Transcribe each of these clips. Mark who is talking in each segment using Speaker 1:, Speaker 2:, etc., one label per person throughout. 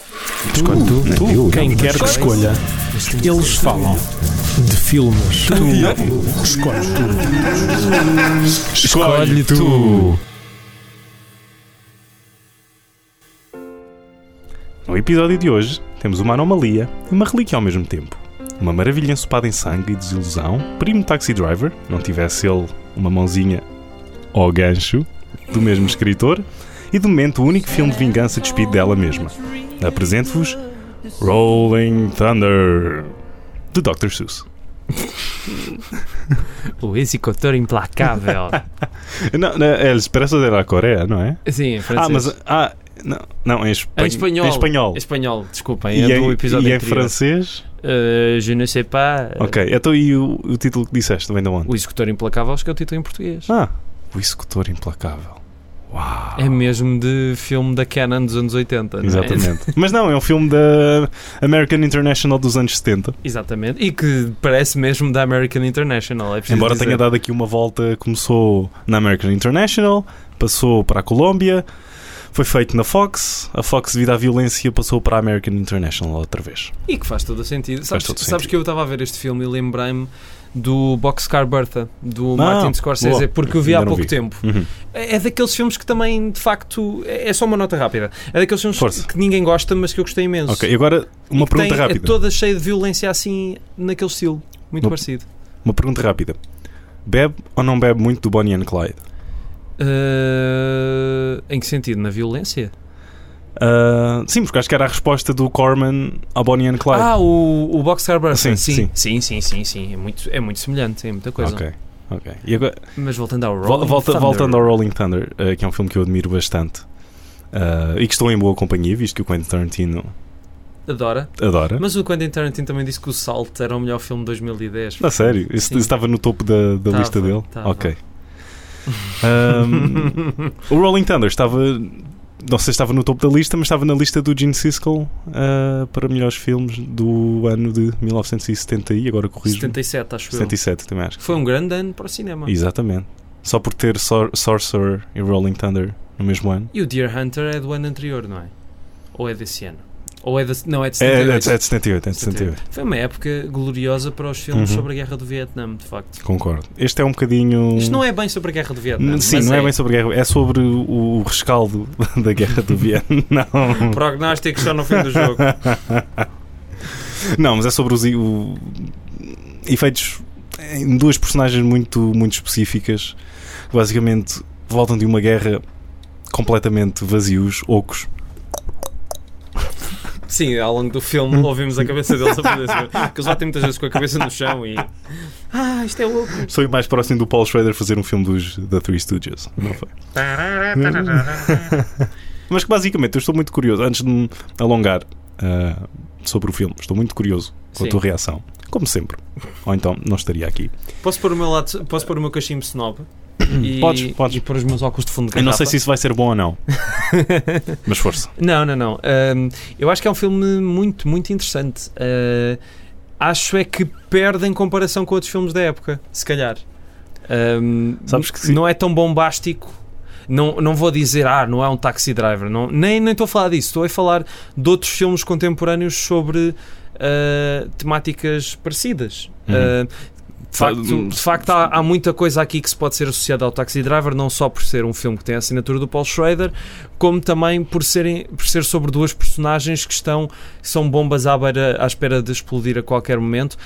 Speaker 1: escolhe tu.
Speaker 2: Tu,
Speaker 3: né?
Speaker 1: Eu,
Speaker 2: Uh, quem
Speaker 1: eu.
Speaker 2: quer que escolha, eles falam de filmes. Tu escolhes tu.
Speaker 1: Escolhe tu.
Speaker 3: No episódio de hoje, temos uma anomalia e uma relíquia ao mesmo tempo. Uma maravilha ensopada em sangue e desilusão, primo taxi driver, não tivesse ele uma mãozinha ao gancho, do mesmo escritor, e de momento o único filme de vingança despido dela mesma. Apresento-vos Rolling Thunder, de Dr. Seuss.
Speaker 4: O exicotor implacável.
Speaker 3: Não, é, não, El Expresso de la Coreia, não é?
Speaker 4: Sim, em francês.
Speaker 3: Ah, mas. Ah, não, não em, espan-
Speaker 4: Em espanhol.
Speaker 3: Em espanhol.
Speaker 4: Em espanhol, desculpem,
Speaker 3: E
Speaker 4: é do
Speaker 3: em,
Speaker 4: episódio
Speaker 3: e em
Speaker 4: anterior.
Speaker 3: francês?
Speaker 4: Eh, je ne sais pas. eh,
Speaker 3: Ok, então e o, o título que disseste vem de onde?
Speaker 4: O executor implacável, acho que é o título em português.
Speaker 3: Ah, o executor implacável. Uau!
Speaker 4: É mesmo de filme da Canon dos anos 80, não é?
Speaker 3: Exatamente. Mas não, é um filme da American International dos anos 70.
Speaker 4: Exatamente. E que parece mesmo da American International. É preciso
Speaker 3: Embora
Speaker 4: dizer.
Speaker 3: tenha dado aqui uma volta, começou na American International, passou para a Colômbia, foi feito na Fox. A Fox, devido à violência, passou para a American International outra vez.
Speaker 4: E que faz todo o sentido. Sabes,
Speaker 3: todo o
Speaker 4: sabes
Speaker 3: sentido.
Speaker 4: que eu estava a ver este filme e lembrei-me do Boxcar Bertha, do
Speaker 3: Ah,
Speaker 4: Martin Scorsese,
Speaker 3: boa.
Speaker 4: porque o vi há
Speaker 3: Ainda não
Speaker 4: pouco
Speaker 3: vi.
Speaker 4: tempo. É é daqueles filmes que também, de facto, é é só uma nota rápida. É daqueles filmes
Speaker 3: Força.
Speaker 4: que ninguém gosta, mas que eu gostei imenso.
Speaker 3: Ok, e agora uma
Speaker 4: Que
Speaker 3: pergunta
Speaker 4: tem-
Speaker 3: rápida.
Speaker 4: É toda cheia de violência assim, naquele estilo. Muito
Speaker 3: Uma-
Speaker 4: parecido.
Speaker 3: Uma pergunta rápida. Bebe ou não bebe muito do Bonnie and Clyde?
Speaker 4: Eh, em que sentido? Na violência?
Speaker 3: Ah, sim, porque acho que era a resposta do Corman ao Bonnie and Clyde.
Speaker 4: Ah, o, o Boxcar Bertha.
Speaker 3: Sim,
Speaker 4: sim, sim, sim, sim, sim. É, muito, é muito semelhante, é muita coisa.
Speaker 3: ok. Ok. E agora,
Speaker 4: Mas voltando ao
Speaker 3: Vol-
Speaker 4: Rolling
Speaker 3: volta-
Speaker 4: Thunder.
Speaker 3: voltando ao Rolling Thunder, eh, que é um filme que eu admiro bastante ah, e que estou em boa companhia, visto que o Quentin Tarantino
Speaker 4: Adora.
Speaker 3: adora.
Speaker 4: Mas o Quentin Tarantino também disse que o Salto era o melhor filme de 2010.
Speaker 3: A sério, isso
Speaker 4: Sim.
Speaker 3: isso estava no topo da, da
Speaker 4: Tava,
Speaker 3: lista dele?
Speaker 4: tava.
Speaker 3: Ok. Ahm, o Rolling Thunder estava. Não sei se estava no topo da lista, mas estava na lista do Gene Siskel ah, para melhores filmes do ano de 1970 e agora corrijo.
Speaker 4: 77, acho eu.
Speaker 3: 77 também acho.
Speaker 4: Foi um grande ano para o cinema.
Speaker 3: Exatamente. Só por ter Sor- Sorcerer e Rolling Thunder no mesmo ano.
Speaker 4: E o Deer Hunter é do ano anterior, não é? Ou é desse ano? Ou é desse... Não, é de
Speaker 3: É, é,
Speaker 4: 78.
Speaker 3: de- é de 78, é de 78.
Speaker 4: Foi uma época gloriosa para os filmes
Speaker 3: Uhum.
Speaker 4: sobre a Guerra do Vietnã, de facto.
Speaker 3: Concordo. Este é um bocadinho.
Speaker 4: Isto não é bem sobre a Guerra do Vietnã.
Speaker 3: Sim,
Speaker 4: mas
Speaker 3: não é. bem sobre guerra, é sobre o o rescaldo da guerra do Vietnã. Não.
Speaker 4: Prognósticos um só no fim do jogo.
Speaker 3: não, mas é sobre os i- o- efeitos em duas personagens muito, muito específicas que basicamente voltam de uma guerra completamente vazios, ocos.
Speaker 4: Sim, ao longo do
Speaker 3: Hum.
Speaker 4: filme ouvimos a cabeça deles a fazer isso. Porque eles batem muitas vezes com a cabeça no chão e. Ah, isto é louco.
Speaker 3: Sou mais próximo do Paul Schrader fazer um filme dos da Three Studios, não foi? Mas que basicamente eu estou muito curioso, antes de me alongar ah, sobre o filme, estou muito curioso com
Speaker 4: Sim.
Speaker 3: a tua reação, como sempre. Ou então não estaria aqui.
Speaker 4: Posso pôr o meu lado, posso pôr o meu cachimbo snob e,
Speaker 3: Podes, podes.
Speaker 4: e pôr os meus óculos de fundo de
Speaker 3: Eu não
Speaker 4: garrafa?
Speaker 3: sei se isso vai ser bom ou não. Mas força.
Speaker 4: Não, não, não. Ahm, eu acho que é um filme muito, muito interessante. Ah, acho é que perde em comparação com outros filmes da época, se calhar. Ahm,
Speaker 3: Sabes que sim.
Speaker 4: Não é tão bombástico. Não, não vou dizer, ah, não é um taxi driver. Não, nem nem estou a falar disso. Estou a falar de outros filmes contemporâneos sobre ah, temáticas parecidas.
Speaker 3: Uhum.
Speaker 4: Ah, de
Speaker 3: Fa-
Speaker 4: facto, de facto há, há muita coisa aqui que se pode ser associada ao Taxi Driver, não só por ser um filme que tem a assinatura do Paul Schrader, como também por, serem, por ser sobre duas personagens que estão que são bombas à, beira, à espera de explodir a qualquer momento.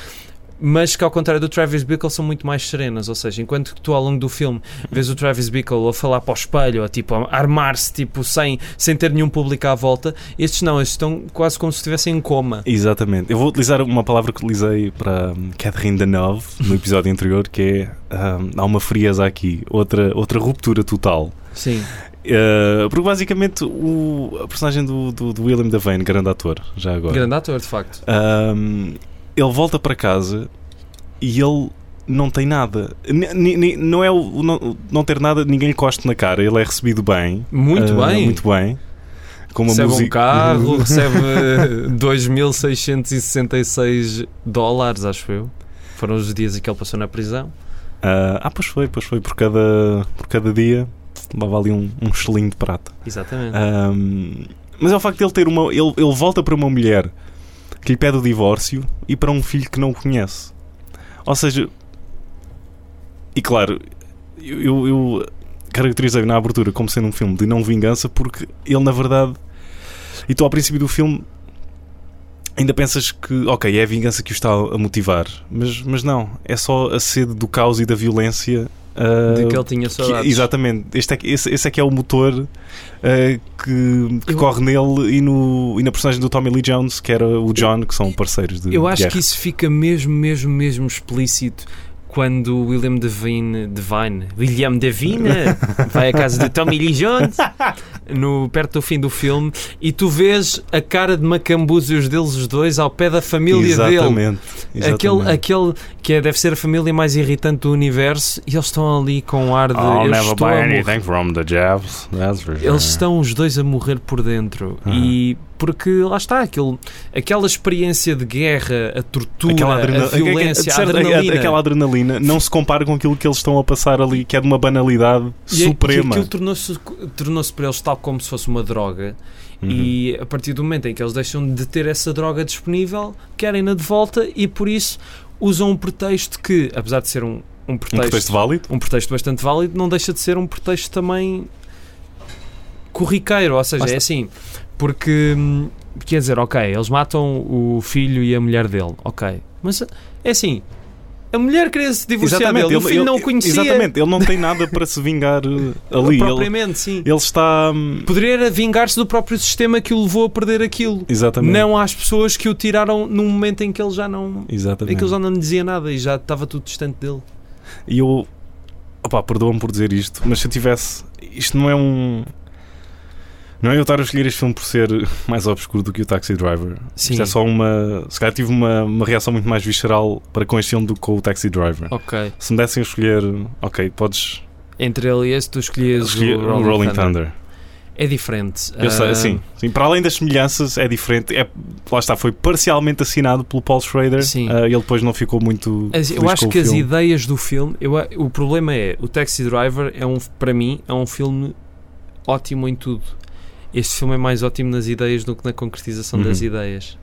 Speaker 4: Mas que ao contrário do Travis Bickle são muito mais serenas, ou seja, enquanto que tu ao longo do filme vês o Travis Bickle a falar para o espelho, ou tipo a armar-se tipo, sem, sem ter nenhum público à volta, estes não, estes estão quase como se estivessem em coma.
Speaker 3: Exatamente. Eu vou utilizar uma palavra que utilizei para hum, Catherine Deneuve no episódio anterior, que é hum, há uma frieza aqui, outra, outra ruptura total.
Speaker 4: Sim,
Speaker 3: Eh, porque basicamente o, a personagem do, do, do William Devane, grande ator, já agora,
Speaker 4: grande ator, de facto.
Speaker 3: hum, ele volta para casa e ele não tem nada. Ni- ni- ni- não é o, o não, o não ter nada, ninguém lhe coste na cara, ele é recebido bem.
Speaker 4: Muito
Speaker 3: Ah,
Speaker 4: bem.
Speaker 3: Muito bem. Com uma
Speaker 4: recebe um
Speaker 3: música.
Speaker 4: carro, recebe eh, 2.666 dólares, acho eu. Foram os dias em que ele passou na prisão.
Speaker 3: Ah, ah, pois foi, pois foi. Por cada, por cada dia levava ali um, um chelinho de prata.
Speaker 4: Exatamente.
Speaker 3: Ahm, Mas é o facto de ele ter uma. Ele, ele volta para uma mulher que lhe pede o divórcio e para um filho que não o conhece. Ou seja. E claro, eu, eu, eu caracterizei na abertura como sendo um filme de não vingança porque ele, na verdade. E tu, ao princípio do filme, ainda pensas que, ok, é a vingança que o está a motivar. Mas, mas não. É só a sede do caos e da violência ah,
Speaker 4: de que ele tinha
Speaker 3: que-
Speaker 4: saudades.
Speaker 3: exatamente. Este é, que- esse, esse é que é o motor eh, que, que
Speaker 4: Eu-
Speaker 3: corre nele e, no, e na personagem do Tommy Lee Jones, que era o John, que são parceiros de
Speaker 4: Eu acho
Speaker 3: guerra.
Speaker 4: que isso fica mesmo, mesmo, mesmo explícito quando o William Devine, Devine, William Devine vai à casa de Tommy Lee Jones no, perto do fim do filme e tu vês a cara de macambúzios deles os dois ao pé da é família dele.
Speaker 3: exatamente,
Speaker 4: Aquele,
Speaker 3: exatamente.
Speaker 4: aquele que é- deve ser a família mais irritante do universo e eles estão ali com um ar de
Speaker 3: I'll
Speaker 4: eu
Speaker 3: never
Speaker 4: estou a
Speaker 3: buy
Speaker 4: morrer.
Speaker 3: anything from the Javs. That's for sure.
Speaker 4: Eles estão os dois a morrer por dentro
Speaker 3: Aham.
Speaker 4: e porque lá está aquele, aquela experiência de guerra, a tortura,
Speaker 3: Aquela adrena-
Speaker 4: a violência,
Speaker 3: de
Speaker 4: a
Speaker 3: certa-
Speaker 4: adrenalina.
Speaker 3: aquela adrenalina não se compara com aquilo que eles estão a passar ali, que é de uma banalidade
Speaker 4: E é-
Speaker 3: suprema.
Speaker 4: E aquilo tornou-se tornou para eles tal como se fosse uma droga.
Speaker 3: Uhum.
Speaker 4: E a partir do momento em que eles deixam de ter essa droga disponível, querem-na de volta e por isso usam um pretexto que, apesar de ser um, um
Speaker 3: um
Speaker 4: pretexto,
Speaker 3: pretexto válido.
Speaker 4: um pretexto bastante válido, não deixa de ser um pretexto também corriqueiro, ou seja,
Speaker 3: Basta.
Speaker 4: é assim, porque hum, quer dizer, ok, eles matam o filho e a mulher dele, ok, mas é assim, a mulher queria se divorciar dele, o filho não o conhecia
Speaker 3: Exatamente, ele não tem nada para se vingar eh, ali. Ele,
Speaker 4: propriamente, sim.
Speaker 3: ele está. hum,
Speaker 4: Poderia era vingar-se do próprio sistema que o levou a perder aquilo,
Speaker 3: Exatamente.
Speaker 4: não às pessoas que o tiraram num momento em que ele já não, em
Speaker 3: Exatamente.
Speaker 4: que ele já não lhe dizia nada e já estava tudo distante dele.
Speaker 3: E eu. Opá, perdoa-me por dizer isto, mas se eu tivesse. Isto não é um. Não é eu estar a escolher este filme por ser mais obscuro do que o Taxi Driver.
Speaker 4: Sim.
Speaker 3: Isto é só uma. Se calhar tive uma, uma reação muito mais visceral para com este filme do que com o Taxi Driver.
Speaker 4: Ok.
Speaker 3: Se me dessem a escolher. Ok, podes
Speaker 4: Entre ele e esse, tu escolhias
Speaker 3: escolher
Speaker 4: o Rolling, Thunder.
Speaker 3: Thunder.
Speaker 4: É diferente.
Speaker 3: Eu sei,
Speaker 4: Ah,
Speaker 3: assim, sim, para além das semelhanças, é diferente. É, lá está, foi parcialmente assinado pelo Paul Schrader.
Speaker 4: Sim.
Speaker 3: Ah, ele depois não ficou muito.
Speaker 4: as- eu
Speaker 3: feliz com
Speaker 4: acho
Speaker 3: o
Speaker 4: que as
Speaker 3: filme.
Speaker 4: ideias do filme. Eu, a- o problema é. O Taxi Driver, é um, para mim, é um filme ótimo em tudo. Este filme é mais ótimo nas ideias do que na concretização
Speaker 3: Uhum.
Speaker 4: das ideias.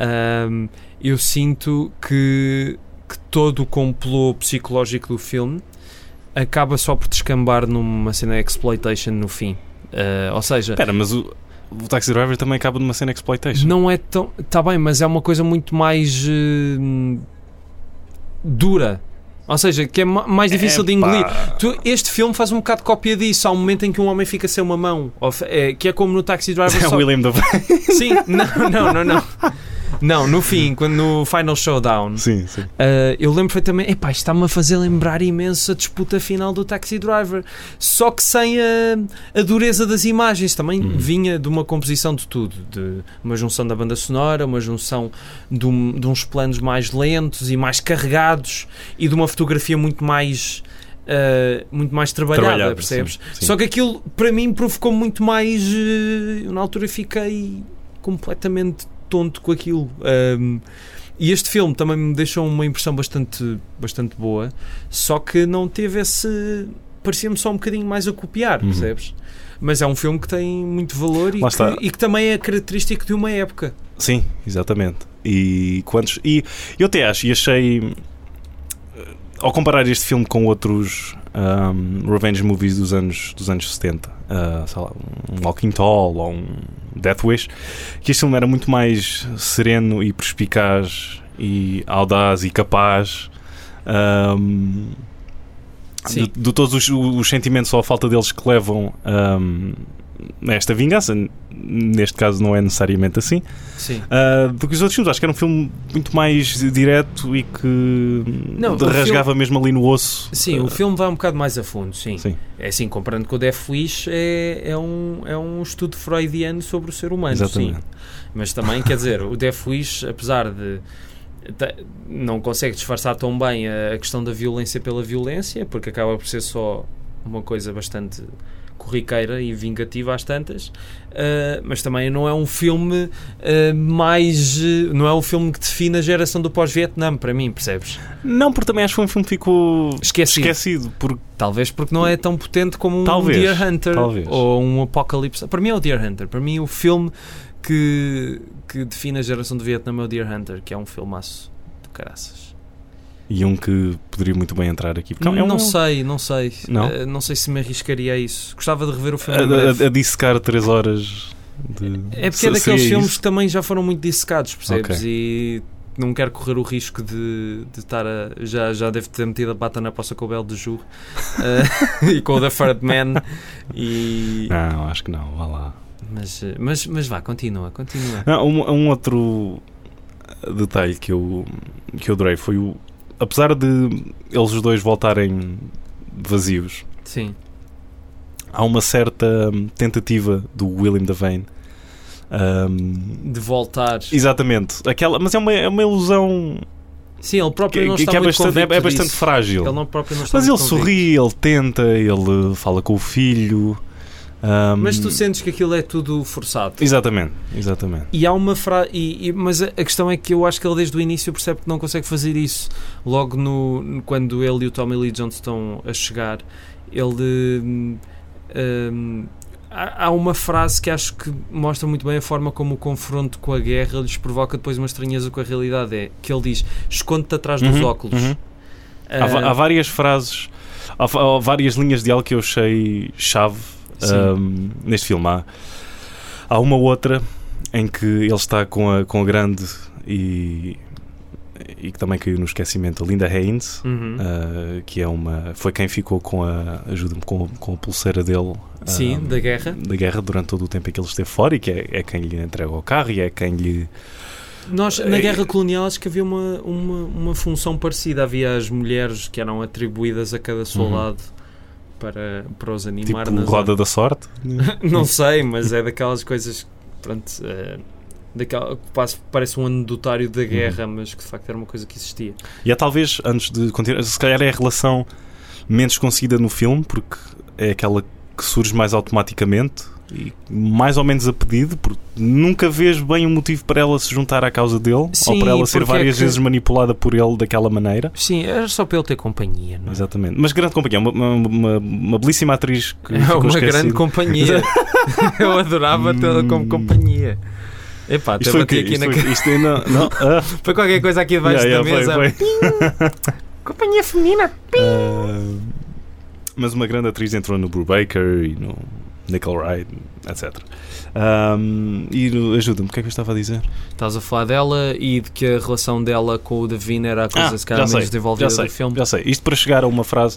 Speaker 4: Ahm, eu sinto que, que todo o complô psicológico do filme acaba só por descambar numa cena exploitation no fim. Ah, ou seja,
Speaker 3: Espera, mas o, o Taxi Driver também acaba numa cena exploitation.
Speaker 4: Não é tão. Está bem, mas é uma coisa muito mais. eh, dura. Ou seja, que é ma- mais difícil de engolir. Tu- este filme faz um bocado cópia disso. Há um momento em que um homem fica sem uma mão. Ou fe- é, que é como no Taxi Driver.
Speaker 3: É o
Speaker 4: só-
Speaker 3: William da
Speaker 4: Sim, não, não, não, não. Não, no fim, quando no Final Showdown,
Speaker 3: Sim, sim.
Speaker 4: eh, eu lembro perfeitamente. Epá, isto está-me a fazer lembrar imenso a disputa final do Taxi Driver. Só que sem a, a dureza das imagens também
Speaker 3: Uhum.
Speaker 4: vinha de uma composição de tudo, de uma junção da banda sonora, uma junção de, um- de uns planos mais lentos e mais carregados e de uma fotografia muito mais ah, muito mais trabalhada,
Speaker 3: Trabalhado,
Speaker 4: percebes?
Speaker 3: sim, sim.
Speaker 4: Só que aquilo para mim provocou muito mais. eh, eu na altura fiquei completamente tonto com aquilo. Ahm, e este filme também me deixou uma impressão bastante, bastante boa, só que não teve esse, parecia-me só um bocadinho mais a copiar,
Speaker 3: Uhum.
Speaker 4: percebes? Mas é um filme que tem muito valor e
Speaker 3: Lá está.
Speaker 4: que, e que também é característico de uma época.
Speaker 3: Sim, exatamente. E quantos. E eu até acho, e achei. eh, Ao comparar este filme com outros ahm, revenge movies dos anos, dos anos 70, ah, sei lá, um Walking Tall ou um Death Wish, que este filme era muito mais sereno e perspicaz e audaz e capaz. Um, ahm, Ah, de,
Speaker 4: Sim.
Speaker 3: de todos os, os sentimentos ou a falta deles que levam ahm, a esta vingança, N- neste caso não é necessariamente assim,
Speaker 4: Sim.
Speaker 3: ah, do que os outros filmes. Acho que era um filme muito mais direto e que
Speaker 4: Não,
Speaker 3: hum,
Speaker 4: o
Speaker 3: rasgava mesmo ali no osso.
Speaker 4: Sim, o filme vai um bocado mais a fundo, sim.
Speaker 3: Sim.
Speaker 4: É assim, comparando com o Death Wish, é, é, um, é um estudo freudiano sobre o ser humano,
Speaker 3: Exatamente.
Speaker 4: sim. Mas também, quer dizer, o Death Wish, apesar de ta- não consegue disfarçar tão bem a, a questão da violência pela violência, porque acaba por ser só uma coisa bastante corriqueira e vingativa às tantas, eh, mas também não é um filme eh, mais. eh, não é um filme que define a geração do pós-Vietnã, para mim, percebes?
Speaker 3: Não, porque também acho que foi um filme que ficou
Speaker 4: Esquecido.
Speaker 3: esquecido. Porque
Speaker 4: Talvez porque não é tão potente como um
Speaker 3: Talvez,
Speaker 4: Deer Hunter
Speaker 3: talvez.
Speaker 4: ou um Apocalipse. Para mim é o Deer Hunter. Para mim o filme que, que define a geração do Vietnã é o Deer Hunter, que é um filmaço de caraças.
Speaker 3: E um que poderia muito bem entrar aqui. Porque
Speaker 4: Não,
Speaker 3: é um,
Speaker 4: sei, não sei.
Speaker 3: Não? Eh,
Speaker 4: Eh, não sei se me arriscaria a isso. Gostava de rever o filme. em breve.
Speaker 3: A, a, a dissecar 3 horas de.
Speaker 4: É porque
Speaker 3: Se-
Speaker 4: é daqueles
Speaker 3: seria
Speaker 4: filmes
Speaker 3: isso?
Speaker 4: que também já foram muito dissecados, percebes? E não quero correr o risco de, de estar a. Já, já devo ter metido a bata na poça com o Belo de Ju eh, e com o The Third Man. E,
Speaker 3: Não, acho que não, vá lá.
Speaker 4: mas, eh, mas, mas vá, continua, continua.
Speaker 3: Ah, um, um outro detalhe que eu, que eu adorei foi o. Apesar de eles os dois voltarem vazios,
Speaker 4: Sim,
Speaker 3: há uma certa hum, tentativa do William Devane. hum,
Speaker 4: de voltar.
Speaker 3: exatamente, aquela, mas é uma, é uma ilusão
Speaker 4: Sim, ele próprio
Speaker 3: que,
Speaker 4: não
Speaker 3: que-
Speaker 4: está
Speaker 3: que é,
Speaker 4: muito
Speaker 3: bastante, é- é,
Speaker 4: convicto
Speaker 3: bastante
Speaker 4: disso.
Speaker 3: frágil.
Speaker 4: Ele não próprio não está
Speaker 3: mas ele
Speaker 4: muito convicto.
Speaker 3: sorri, ele tenta, ele fala com o filho. hum,
Speaker 4: Mas tu sentes que aquilo é tudo forçado.
Speaker 3: Exatamente, exatamente.
Speaker 4: E há uma frase. Mas a, a questão é que eu acho que ele desde o início percebe que não consegue fazer isso. Logo no, no- quando ele e o Tommy Lee Jones estão a chegar, ele. hum, hum, há há uma frase que acho que mostra muito bem a forma como o confronto com a guerra lhes provoca depois uma estranheza com a realidade. É que ele diz: esconde-te atrás dos
Speaker 3: Uhum,
Speaker 4: óculos.
Speaker 3: uhum. Há, va-
Speaker 4: Ah,
Speaker 3: há várias frases, há, fa- há várias linhas de algo que eu achei chave
Speaker 4: Sim.
Speaker 3: ahm, neste filme. Há, há uma outra em que ele está com a, com a grande e, e que também caiu no esquecimento, a Linda Haynes,
Speaker 4: uhum.
Speaker 3: ah, que é uma, foi quem ficou com a, ajuda-me, com, com a pulseira dele.
Speaker 4: Sim,
Speaker 3: ahm,
Speaker 4: da guerra.
Speaker 3: da guerra durante todo o tempo em que ele esteve fora e que é, é quem lhe entrega o carro e é quem lhe
Speaker 4: Nós, na
Speaker 3: Eh,
Speaker 4: guerra colonial, acho que havia uma, uma, uma função parecida. Havia as mulheres que eram atribuídas a cada soldado para, para os
Speaker 3: Uhum. tipo
Speaker 4: animar. nas-
Speaker 3: roda da sorte
Speaker 4: Não sei, mas é daquelas coisas. Pronto, eh, daquela, que passa- parece um anedotário
Speaker 3: Uhum.
Speaker 4: da guerra, mas que de facto era uma coisa que existia.
Speaker 3: E é talvez, antes de continuar, se calhar é a relação menos conseguida no filme, porque é aquela que surge mais automaticamente e mais ou menos a pedido, porque nunca vês bem o motivo para ela se juntar à causa dele
Speaker 4: Sim,
Speaker 3: ou para ela ser
Speaker 4: porque é
Speaker 3: várias
Speaker 4: que-
Speaker 3: vezes manipulada por ele daquela maneira.
Speaker 4: Sim, era só para ele ter companhia, não é?
Speaker 3: Exatamente. Mas grande companhia, uma, uma, uma- uma belíssima atriz que
Speaker 4: É
Speaker 3: ficou
Speaker 4: uma
Speaker 3: esquecida.
Speaker 4: grande companhia. Eu adorava tê-la como
Speaker 3: Hum.
Speaker 4: companhia. Epá,
Speaker 3: Isto
Speaker 4: até
Speaker 3: foi o
Speaker 4: bati
Speaker 3: quê?
Speaker 4: aqui
Speaker 3: Isto
Speaker 4: na.
Speaker 3: foi- isto ainda- não, ah,
Speaker 4: Foi qualquer coisa aqui debaixo
Speaker 3: yeah, yeah,
Speaker 4: da
Speaker 3: foi-
Speaker 4: mesa.
Speaker 3: foi.
Speaker 4: Companhia feminina,
Speaker 3: Ah, mas uma grande atriz entrou no Brubaker e no Nickel Wright, etc. Ahm, e no- ajuda-me, o que é que eu estava a dizer?
Speaker 4: Estás a falar dela e de que a relação dela com o Davina era a coisa
Speaker 3: Ah,
Speaker 4: se calhar
Speaker 3: já
Speaker 4: menos
Speaker 3: sei,
Speaker 4: desenvolvida
Speaker 3: já sei,
Speaker 4: do filme.
Speaker 3: Já sei, isto para chegar a uma frase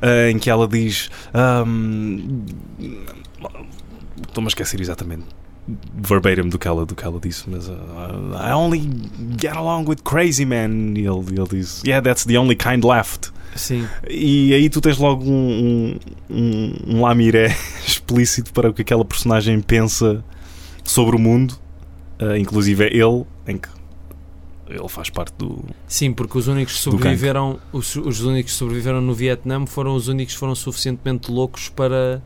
Speaker 3: ah, em que ela diz. ahm, Estou-me a esquecer exatamente verbatim do que ela, do que ela disse, mas ah, I only get along with crazy men. E ele, ele diz: Yeah, that's the only kind left.
Speaker 4: Sim.
Speaker 3: E aí tu tens logo um, um, um, um lamiré explícito para o que aquela personagem pensa sobre o mundo, ah, inclusive é ele, em que ele faz parte do.
Speaker 4: Sim, porque os únicos que
Speaker 3: Do gangue.
Speaker 4: sobreviveram, os, os únicos que sobreviveram no Vietnã foram os únicos que foram suficientemente loucos para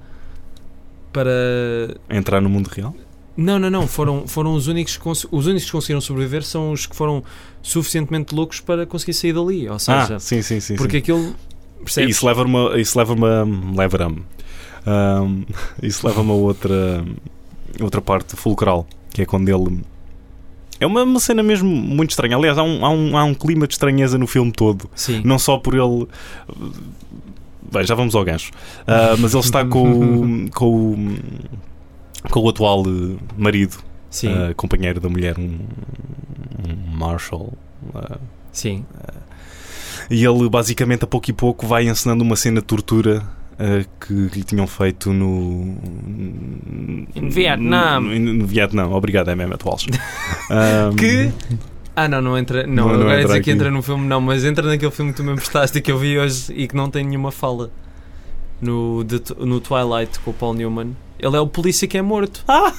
Speaker 4: para
Speaker 3: entrar no mundo real.
Speaker 4: não, não, não, foram foram os únicos que cons- os únicos que conseguiram sobreviver são os que foram suficientemente loucos para conseguir sair dali, ou seja,
Speaker 3: ah, sim, sim, sim.
Speaker 4: porque
Speaker 3: sim.
Speaker 4: aquilo percebes?
Speaker 3: Isso é leva-me a- isso leva-me a- leva-me Ahm, isso leva-me a outra outra parte fulcral, que é quando ele é uma, uma cena mesmo muito estranha. Aliás, há um, há, um, há um clima de estranheza no filme todo.
Speaker 4: Sim.
Speaker 3: Não só por ele. Bem, já vamos ao gancho. Ah, mas ele está com o. com o. com o atual eh, marido,
Speaker 4: Sim.
Speaker 3: ah, companheiro da mulher, um, um Marshall. ah,
Speaker 4: sim.
Speaker 3: e ele basicamente a pouco e pouco vai encenando uma cena de tortura ah, que lhe tinham feito no.
Speaker 4: Em Vietnã.
Speaker 3: No, no Vietnã, obrigado, é mesmo, Walsh. Ah,
Speaker 4: que. Ah, não, não entra. Não,
Speaker 3: Não, não
Speaker 4: agora ia
Speaker 3: entra
Speaker 4: dizer que
Speaker 3: aqui.
Speaker 4: entra no filme, não, mas entra naquele filme que tu me emprestaste e que eu vi hoje e que não tem nenhuma fala. No, de- no Twilight com o Paul Newman. Ele é o polícia que é morto.
Speaker 3: Ah,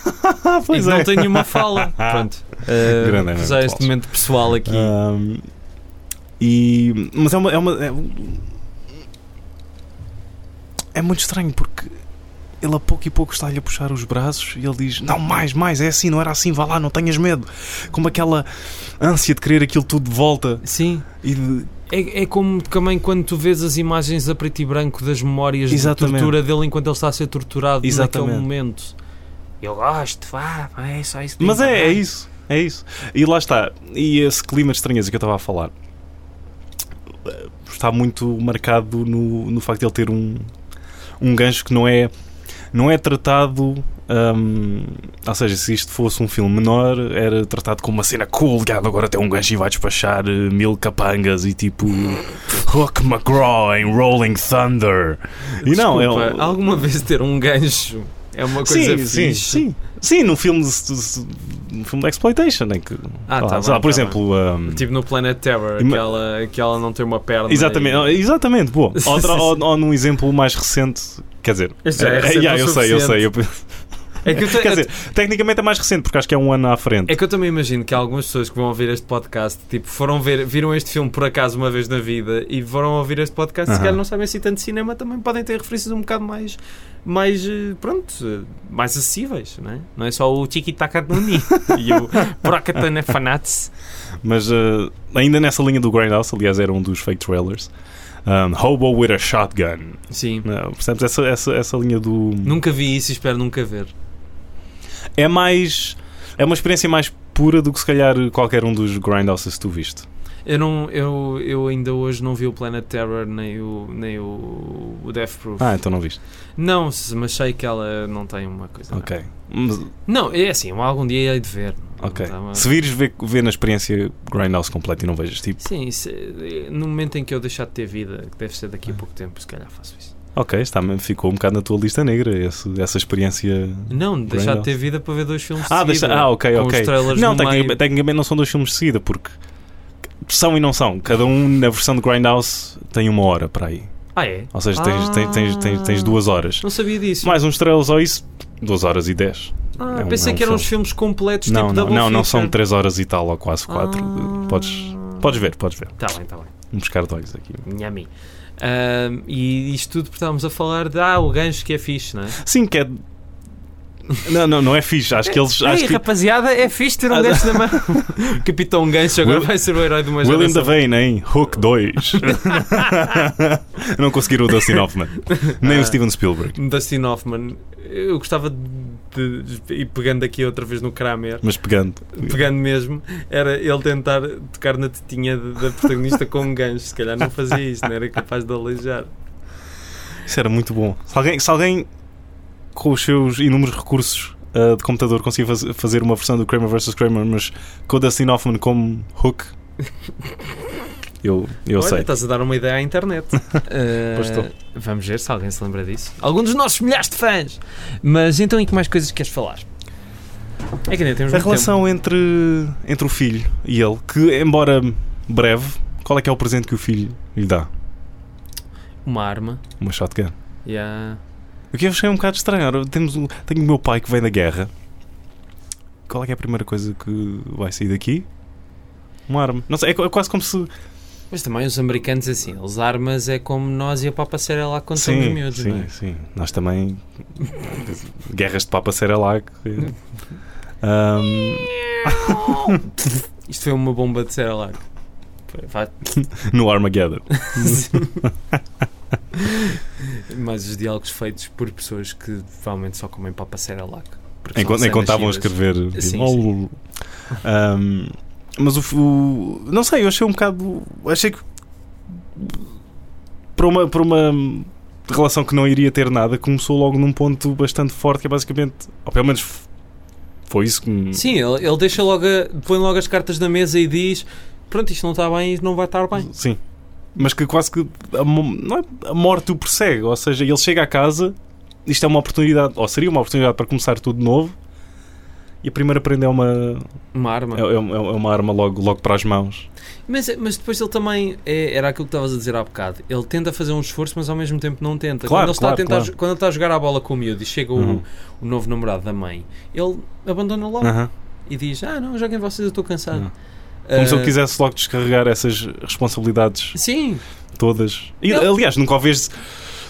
Speaker 3: pois
Speaker 4: e que
Speaker 3: é.
Speaker 4: não tem nenhuma fala. Pronto. Uh,
Speaker 3: Grande Ah. é
Speaker 4: já
Speaker 3: mesmo,
Speaker 4: este
Speaker 3: Paulo.
Speaker 4: momento pessoal aqui.
Speaker 3: Ahm, e, mas é uma. É, uma é, um- é muito estranho porque ele a pouco e pouco está-lhe a puxar os braços e ele diz: Não, mais, mais, é assim, não era assim, vá lá, não tenhas medo. Como aquela ânsia de querer aquilo tudo de volta
Speaker 4: Sim.
Speaker 3: e de.
Speaker 4: É, é como também quando tu vês as imagens a preto e branco das memórias da
Speaker 3: Exatamente.
Speaker 4: tortura dele enquanto ele está a ser torturado
Speaker 3: Exatamente.
Speaker 4: naquele momento. Eu gosto, vá, é só isso. que
Speaker 3: Mas
Speaker 4: tem
Speaker 3: é,
Speaker 4: para
Speaker 3: é
Speaker 4: dar.
Speaker 3: isso, é isso. E lá está, e esse clima de estranheza que eu estava a falar eh, está muito marcado no, no facto de ele ter um, um gancho que não é, não é tratado. hum, ou seja, se isto fosse um filme menor, era tratado como uma cena cool. ligado, Agora tem um gancho e vai despachar eh, mil capangas e tipo Hook McGraw em Rolling Thunder. E não, é
Speaker 4: Desculpa,
Speaker 3: um-
Speaker 4: alguma vez ter um gancho é uma coisa
Speaker 3: sim,
Speaker 4: fixe.
Speaker 3: sim, sim. Sim, num filme de, de- num filme de exploitation, em que sei
Speaker 4: Ah, tá
Speaker 3: lá,
Speaker 4: bem,
Speaker 3: sei lá, por
Speaker 4: tá
Speaker 3: exemplo, um,
Speaker 4: Tipo no Planet Terror,
Speaker 3: Ima-
Speaker 4: aquela, aquela não tem uma perna.
Speaker 3: exatamente, é,
Speaker 4: e-
Speaker 3: exatamente, boa. Outra,
Speaker 4: Sim,
Speaker 3: ou, ou num exemplo mais recente, quer dizer,
Speaker 4: Este já é
Speaker 3: eh,
Speaker 4: recente
Speaker 3: yeah,
Speaker 4: o
Speaker 3: eu sei, eu sei, eu-
Speaker 4: É que eu, te-
Speaker 3: quer dizer, tecnicamente é mais recente porque acho que é um ano à frente.
Speaker 4: é que eu também imagino que há algumas pessoas que vão ouvir este podcast, tipo, foram ver, viram este filme por acaso uma vez na vida e foram ouvir este podcast, se
Speaker 3: Aham.
Speaker 4: calhar não sabem assim tanto de cinema, também podem ter referências um bocado mais, mais eh, pronto, eh, mais acessíveis, não é? Não é só o Tiki Taka Nuni e o Prakatana Fanats.
Speaker 3: Mas eh, ainda nessa linha do Grindhouse, aliás, era um dos fake trailers. Um, Hobo with a Shotgun.
Speaker 4: Sim.
Speaker 3: Não, percebes? Essa, essa, essa linha do.
Speaker 4: Nunca vi isso e espero nunca ver.
Speaker 3: É mais. É uma experiência mais pura do que se calhar qualquer um dos Grindhouses que tu viste.
Speaker 4: Eu, não, eu, eu ainda hoje não vi o Planet Terror nem o, nem o, o Death Proof.
Speaker 3: Ah, então não viste.
Speaker 4: Não, se- mas sei que ela não tem uma coisa.
Speaker 3: Ok. Mas,
Speaker 4: Não, é assim, eu algum dia hei de ver.
Speaker 3: ok.
Speaker 4: Não tá-
Speaker 3: Se vires ver, ver na experiência Grindhouse completo e não vejas tipo,
Speaker 4: Sim, isso é- no momento em que eu deixar de ter vida, que deve ser daqui
Speaker 3: Ah.
Speaker 4: a pouco tempo, se calhar faço isso.
Speaker 3: ok, está, ficou um bocado na tua lista negra esse- essa experiência.
Speaker 4: Não, deixar de
Speaker 3: Grindhouse.
Speaker 4: ter vida para ver dois filmes de
Speaker 3: Ah,
Speaker 4: seguida,
Speaker 3: deixa, ah, ok,
Speaker 4: com
Speaker 3: ok.
Speaker 4: os trailers
Speaker 3: Não,
Speaker 4: no meio.
Speaker 3: tecnicamente, tecnicamente não são dois filmes de seguida, porque são e não são. Cada um na versão de Grindhouse tem uma hora para aí.
Speaker 4: Ah, é?
Speaker 3: Ou seja, tens,
Speaker 4: Ah.
Speaker 3: tens, tens, tens, tens duas horas.
Speaker 4: Não sabia disso.
Speaker 3: Mais uns trailers ou isso, duas horas e dez.
Speaker 4: ah,
Speaker 3: é um-
Speaker 4: pensei
Speaker 3: é um
Speaker 4: que eram
Speaker 3: filme.
Speaker 4: os filmes completos,
Speaker 3: não,
Speaker 4: tipo
Speaker 3: não,
Speaker 4: Double
Speaker 3: não, não são
Speaker 4: Feature.
Speaker 3: três horas e tal ou quase quatro.
Speaker 4: Ah.
Speaker 3: Podes, podes ver, podes ver.
Speaker 4: Tá bem, tá bem.
Speaker 3: Um pescar de olhos aqui.
Speaker 4: Nhami. Ahm, e isto tudo porque estávamos a falar de ah, o gancho que é fixe, não é?
Speaker 3: Sim, que é. Não, não, não é fixe. Acho que eles. Acho
Speaker 4: Ei,
Speaker 3: que
Speaker 4: rapaziada, é fixe ter
Speaker 3: Ah,
Speaker 4: um gancho na mão. O Capitão Gancho agora
Speaker 3: Will-
Speaker 4: vai ser o herói de uma
Speaker 3: William
Speaker 4: geração.
Speaker 3: Devane, hein? Hook 2. não conseguiram o Dustin Hoffman. Nem
Speaker 4: Ah.
Speaker 3: o Steven Spielberg.
Speaker 4: Dustin Hoffman. Eu gostava de, de- e pegando aqui outra vez no Kramer,
Speaker 3: Mas pegando.
Speaker 4: pegando mesmo, era ele tentar tocar na tetinha de- da protagonista com um gancho. Se calhar não fazia isso, não era capaz de aleijar.
Speaker 3: Isso era muito bom. Se alguém, se alguém com os seus inúmeros recursos ah, de computador conseguir faz- fazer uma versão do Kramer vs. Kramer, mas com o Dustin Hoffman como Hook. Eu, eu
Speaker 4: Olha,
Speaker 3: sei.
Speaker 4: estás a dar uma ideia à internet. Eh,
Speaker 3: Pois estou.
Speaker 4: vamos ver se alguém se lembra disso. Algum dos nossos milhares de fãs. Mas então, em que mais coisas queres falar? É que ainda temos
Speaker 3: A
Speaker 4: muito
Speaker 3: relação entre, entre o filho e ele, que embora breve, qual é que é o presente que o filho lhe dá?
Speaker 4: tempo. Uma arma.
Speaker 3: Uma shotgun.
Speaker 4: Yeah.
Speaker 3: O que eu achei um bocado estranho. Ora, temos o, tenho o meu pai que vem da guerra. Qual é que é a primeira coisa que vai sair daqui? Uma arma. Não sei, é, qu- é quase como se.
Speaker 4: Mas também os americanos, assim, eles armas é como nós e a Papa Serra lá quando somos
Speaker 3: sim,
Speaker 4: miúdos, não
Speaker 3: sim,
Speaker 4: é?
Speaker 3: sim. Nós também. Guerras de papa Um, será lá. que- Ahm,
Speaker 4: Isto foi uma bomba de Cerelac. Foi- fa-
Speaker 3: no Armageddon.
Speaker 4: Mas os diálogos feitos por pessoas que provavelmente só comem papa Cerelac. porque são
Speaker 3: Enquanto, enquanto estavam a
Speaker 4: recém-nascidas.
Speaker 3: escrever. tipo,
Speaker 4: Sim,
Speaker 3: "Oh,
Speaker 4: sim.
Speaker 3: Lulu". Ahm, mas o, f- o- Não sei, eu achei um bocado. Achei que. Para uma, para uma relação que não iria ter nada, começou logo num ponto bastante forte que é basicamente. Ou pelo menos f- foi isso que. me-
Speaker 4: Sim, ele, ele deixa logo, a- põe logo as cartas na mesa e diz: Pronto, isto não está bem, isto não vai estar bem.
Speaker 3: Sim. Mas que quase que. A, mo- não é- a morte o persegue. Ou seja, ele chega à casa, isto é uma oportunidade. Ou seria uma oportunidade para começar tudo de novo. E a primeira prenda é uma,
Speaker 4: Uma arma.
Speaker 3: é, é uma- é uma arma logo, logo para as mãos.
Speaker 4: Mas, mas depois ele também, é- era aquilo que estavas a dizer há bocado, ele tenta fazer um esforço, mas ao mesmo tempo não tenta.
Speaker 3: Claro,
Speaker 4: quando, ele está
Speaker 3: claro,
Speaker 4: a tentar,
Speaker 3: claro.
Speaker 4: jo- quando ele está a jogar a bola com o miúdo e chega o,
Speaker 3: Uhum.
Speaker 4: o novo namorado da mãe, ele abandona logo
Speaker 3: Aham.
Speaker 4: e diz: Ah, não, joguem vocês, eu estou cansado.
Speaker 3: Uhum. Como se
Speaker 4: Ah,
Speaker 3: ele quisesse logo descarregar essas responsabilidades
Speaker 4: Sim,
Speaker 3: todas. E,
Speaker 4: Não.
Speaker 3: aliás, nunca o vês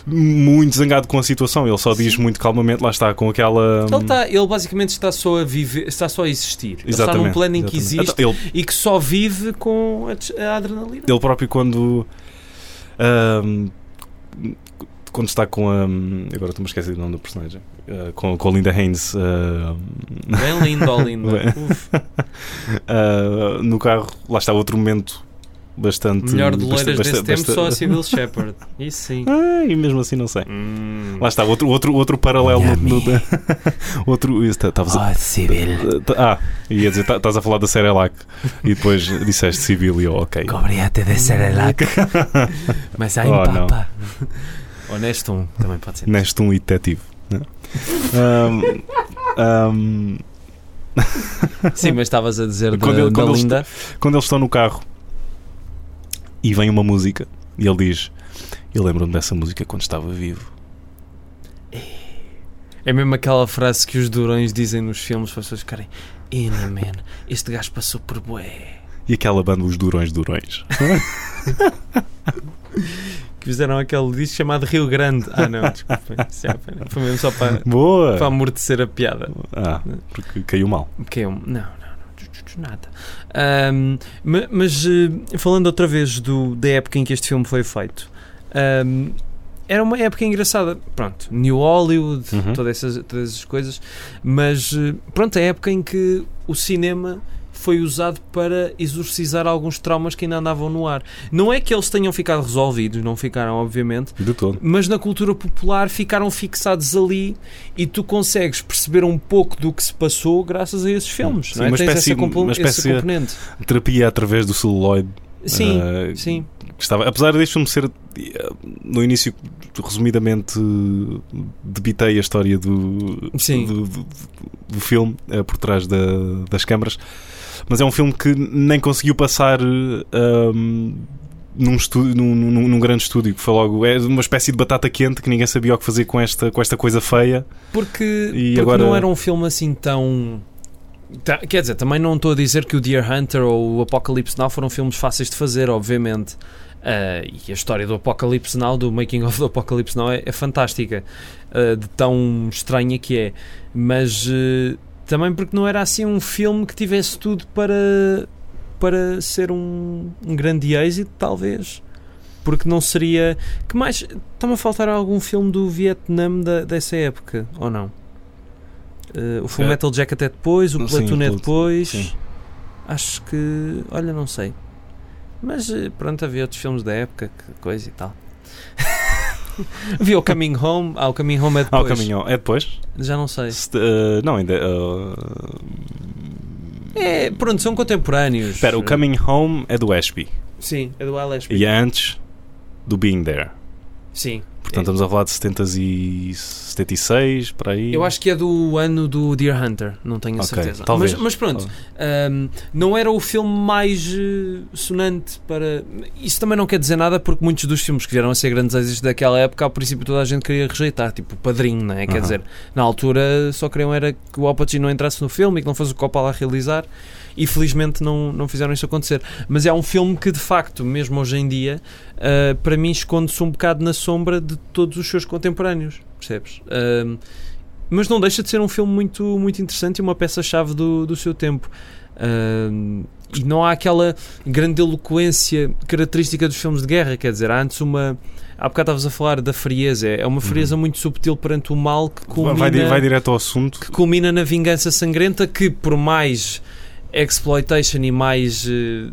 Speaker 3: muito zangado com a situação. Ele só diz muito calmamente, lá está, com aquela.
Speaker 4: Ele, tá, ele basicamente está só a viver, está só a existir. Ele está
Speaker 3: Exatamente,
Speaker 4: num plano em que
Speaker 3: exatamente.
Speaker 4: existe
Speaker 3: Então, ele
Speaker 4: e que só vive com a, des- a adrenalina.
Speaker 3: ele próprio quando ahm, quando está com a agora estou-me a esquecer do nome do personagem ah, com, com a Linda Haynes ah,
Speaker 4: Bem lindo, ó lindo.
Speaker 3: Bem.
Speaker 4: Uf,
Speaker 3: ah, no carro lá está outro momento bastante
Speaker 4: melhor de loiras
Speaker 3: bastante-
Speaker 4: desse
Speaker 3: bastante-
Speaker 4: tempo
Speaker 3: bastante-
Speaker 4: só assim. a Civil Shepherd. Isso sim.
Speaker 3: Ah, e mesmo assim não sei
Speaker 4: Hum.
Speaker 3: lá está outro outro outro paralelo
Speaker 1: Yummy.
Speaker 3: do, do- outro isso, tá- estavas a-
Speaker 1: Oh, Sibyl,
Speaker 3: ah ia dizer tá- estás a falar da Serelac e depois disseste civil e eu, ok
Speaker 1: cobriate de Cerelac. Mas há em
Speaker 3: Oh, não.
Speaker 1: papa.
Speaker 4: Honesto um, também pode ser.
Speaker 3: neste um e detetive né? Ahm, ahm,
Speaker 4: Sim, mas estavas a dizer da,
Speaker 3: Quando ele-
Speaker 4: da
Speaker 3: quando ele
Speaker 4: linda.
Speaker 3: quando eles estão no carro e vem uma música e ele diz eu lembro-me dessa música quando estava vivo
Speaker 4: É mesmo aquela frase que os durões dizem nos filmes para as pessoas ficarem Ina, man, este gajo passou por bué.
Speaker 3: e aquela banda os durões durões
Speaker 4: Que fizeram aquele disco chamado Rio Grande. Ah não, desculpem. Isso é apenas- Foi mesmo só para,
Speaker 3: boa
Speaker 4: para amortecer a piada.
Speaker 3: ah, porque caiu mal
Speaker 4: Porque eu, não, não, não, nada. Ahm, ma- mas eh, falando outra vez do, da época em que este filme foi feito, ahm, era uma época engraçada. Pronto, New Hollywood,
Speaker 3: Uhum.
Speaker 4: todas, essas, todas essas coisas, mas eh, pronto, a época em que o cinema foi usado para exorcizar alguns traumas que ainda andavam no ar. Não é que eles tenham ficado resolvidos, não ficaram, obviamente
Speaker 3: de todo
Speaker 4: mas na cultura popular ficaram fixados ali e tu consegues perceber um pouco do que se passou graças a esses filmes.
Speaker 3: Sim,
Speaker 4: não é?
Speaker 3: uma
Speaker 4: Tens
Speaker 3: espécie-
Speaker 4: essa compo-
Speaker 3: uma
Speaker 4: esse
Speaker 3: espécie-
Speaker 4: componente.
Speaker 3: terapia através do celuloide
Speaker 4: Sim,
Speaker 3: ah,
Speaker 4: sim.
Speaker 3: que estava apesar deste filme ser eh, no início resumidamente eh, debitei a história do
Speaker 4: Sim.
Speaker 3: do, do- do filme eh, por trás da- das câmaras mas é um filme que nem conseguiu passar eh, ahm, num, estúdio, num, num- num grande estúdio que foi logo é uma espécie de batata quente que ninguém sabia o que fazer com esta com esta coisa feia
Speaker 4: Porque,
Speaker 3: E
Speaker 4: porque
Speaker 3: agora-
Speaker 4: não era um filme assim tão. tá- Quer dizer, também não estou a dizer que o Deer Hunter ou o Apocalipse Now foram filmes fáceis de fazer, obviamente. Ah, e a história do Apocalipse Now, do making of do Apocalipse Now, é, é fantástica. ah, de tão estranha que é. Mas eh, também porque não era assim um filme que tivesse tudo para, para ser um, um grande êxito, talvez. Porque não seria. Que mais? Está-me a faltar algum filme do Vietnã da- dessa época, ou não? Eh, o Full
Speaker 3: É.
Speaker 4: Metal Jack até depois, o
Speaker 3: Sim,
Speaker 4: Platoon é
Speaker 3: Platoon,
Speaker 4: depois.
Speaker 3: sim.
Speaker 4: Acho que. Olha, não sei. Mas eh, pronto, havia outros filmes da época, que coisa e tal. havia o Coming Home. Ah, o Coming Home é
Speaker 3: ah,
Speaker 4: depois.
Speaker 3: o caminho é depois
Speaker 4: Já não sei.
Speaker 3: Se- eh, não ainda eh,
Speaker 4: É, pronto, são contemporâneos.
Speaker 3: espera o Coming Home é do Ashby
Speaker 4: Sim, é do LSP.
Speaker 3: e é antes do Being There
Speaker 4: Sim.
Speaker 3: Portanto, estamos a falar de 70 e 76, para aí.
Speaker 4: Eu acho que é do ano do Deer Hunter, não tenho a
Speaker 3: Ok,
Speaker 4: certeza.
Speaker 3: talvez.
Speaker 4: Mas, mas pronto,
Speaker 3: Talvez.
Speaker 4: ahm, não era o filme mais eh, sonante para. Isso também não quer dizer nada, porque muitos dos filmes que vieram a ser grandes êxitos daquela época, ao princípio toda a gente queria rejeitar, tipo o Padrinho, não é? Quer
Speaker 3: Aham.
Speaker 4: dizer, na altura só queriam era que o Al Pacino não entrasse no filme e que não fosse o Coppola a realizar, e felizmente não, não fizeram isso acontecer. Mas é um filme que, de facto, mesmo hoje em dia, ah, para mim esconde-se um bocado na sombra de todos os seus contemporâneos, percebes? Ahm, mas não deixa de ser um filme muito, muito interessante e uma peça-chave do, do seu tempo. Ahm, e não há aquela grande eloquência característica dos filmes de guerra, quer dizer, há antes uma. Há bocado estavas a falar da frieza, é uma frieza muito subtil perante o mal que culmina,
Speaker 3: vai, di- vai direto ao assunto.
Speaker 4: que culmina na vingança sangrenta, que por mais exploitation e mais eh,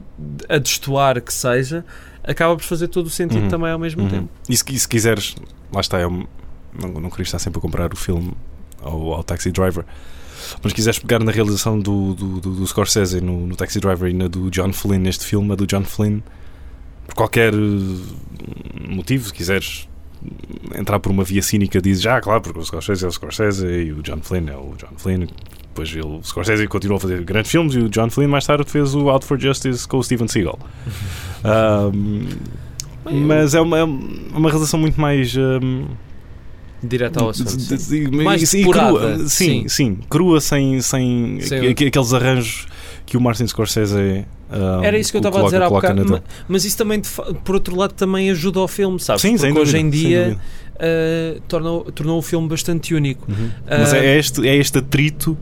Speaker 4: a destoar que seja, acaba por fazer todo o sentido
Speaker 3: Uhum.
Speaker 4: também ao mesmo
Speaker 3: Uhum.
Speaker 4: tempo.
Speaker 3: E se, e se quiseres, lá está, eu não, não queria estar sempre a comprar o filme ao, ao Taxi Driver. Mas se quiseres pegar na realização do, do, do- do Scorsese no, no Taxi Driver e na do John Flynn neste filme, a do John Flynn, por qualquer eh, motivo, se quiseres entrar por uma via cínica, dizes, ah, claro, porque o Scorsese é o Scorsese e o John Flynn é o John Flynn. Depois ele, o Scorsese continuou a fazer grandes filmes e o John Flynn mais tarde fez o Out for Justice com o Steven Seagal. Ahm, mas é uma, é uma relação muito mais. ahm,
Speaker 4: Direto ao
Speaker 3: de-
Speaker 4: assunto.
Speaker 3: de-
Speaker 4: Tá sim.
Speaker 3: de-
Speaker 4: Mais
Speaker 3: e- e
Speaker 4: depurada,
Speaker 3: crua. Sim,
Speaker 4: sim.
Speaker 3: sim. Crua, sem, sem
Speaker 4: Sem-
Speaker 3: aqu- aqu- aqueles arranjos que o Martin Scorsese ah,
Speaker 4: Era isso que eu
Speaker 3: o
Speaker 4: estava a
Speaker 3: coloca-
Speaker 4: dizer há
Speaker 3: coloca
Speaker 4: bocado.
Speaker 3: na
Speaker 4: ma-
Speaker 3: tela.
Speaker 4: Mas isso também, de fa- por outro lado, também ajuda ao filme, sabes?
Speaker 3: Sim,
Speaker 4: Porque
Speaker 3: sem
Speaker 4: hoje
Speaker 3: dúvida,
Speaker 4: em
Speaker 3: sem
Speaker 4: dia
Speaker 3: dúvida.
Speaker 4: ah, tornou, tornou o filme bastante único. Eh,
Speaker 3: Uhum. Mas
Speaker 4: Ah,
Speaker 3: é este, é este atrito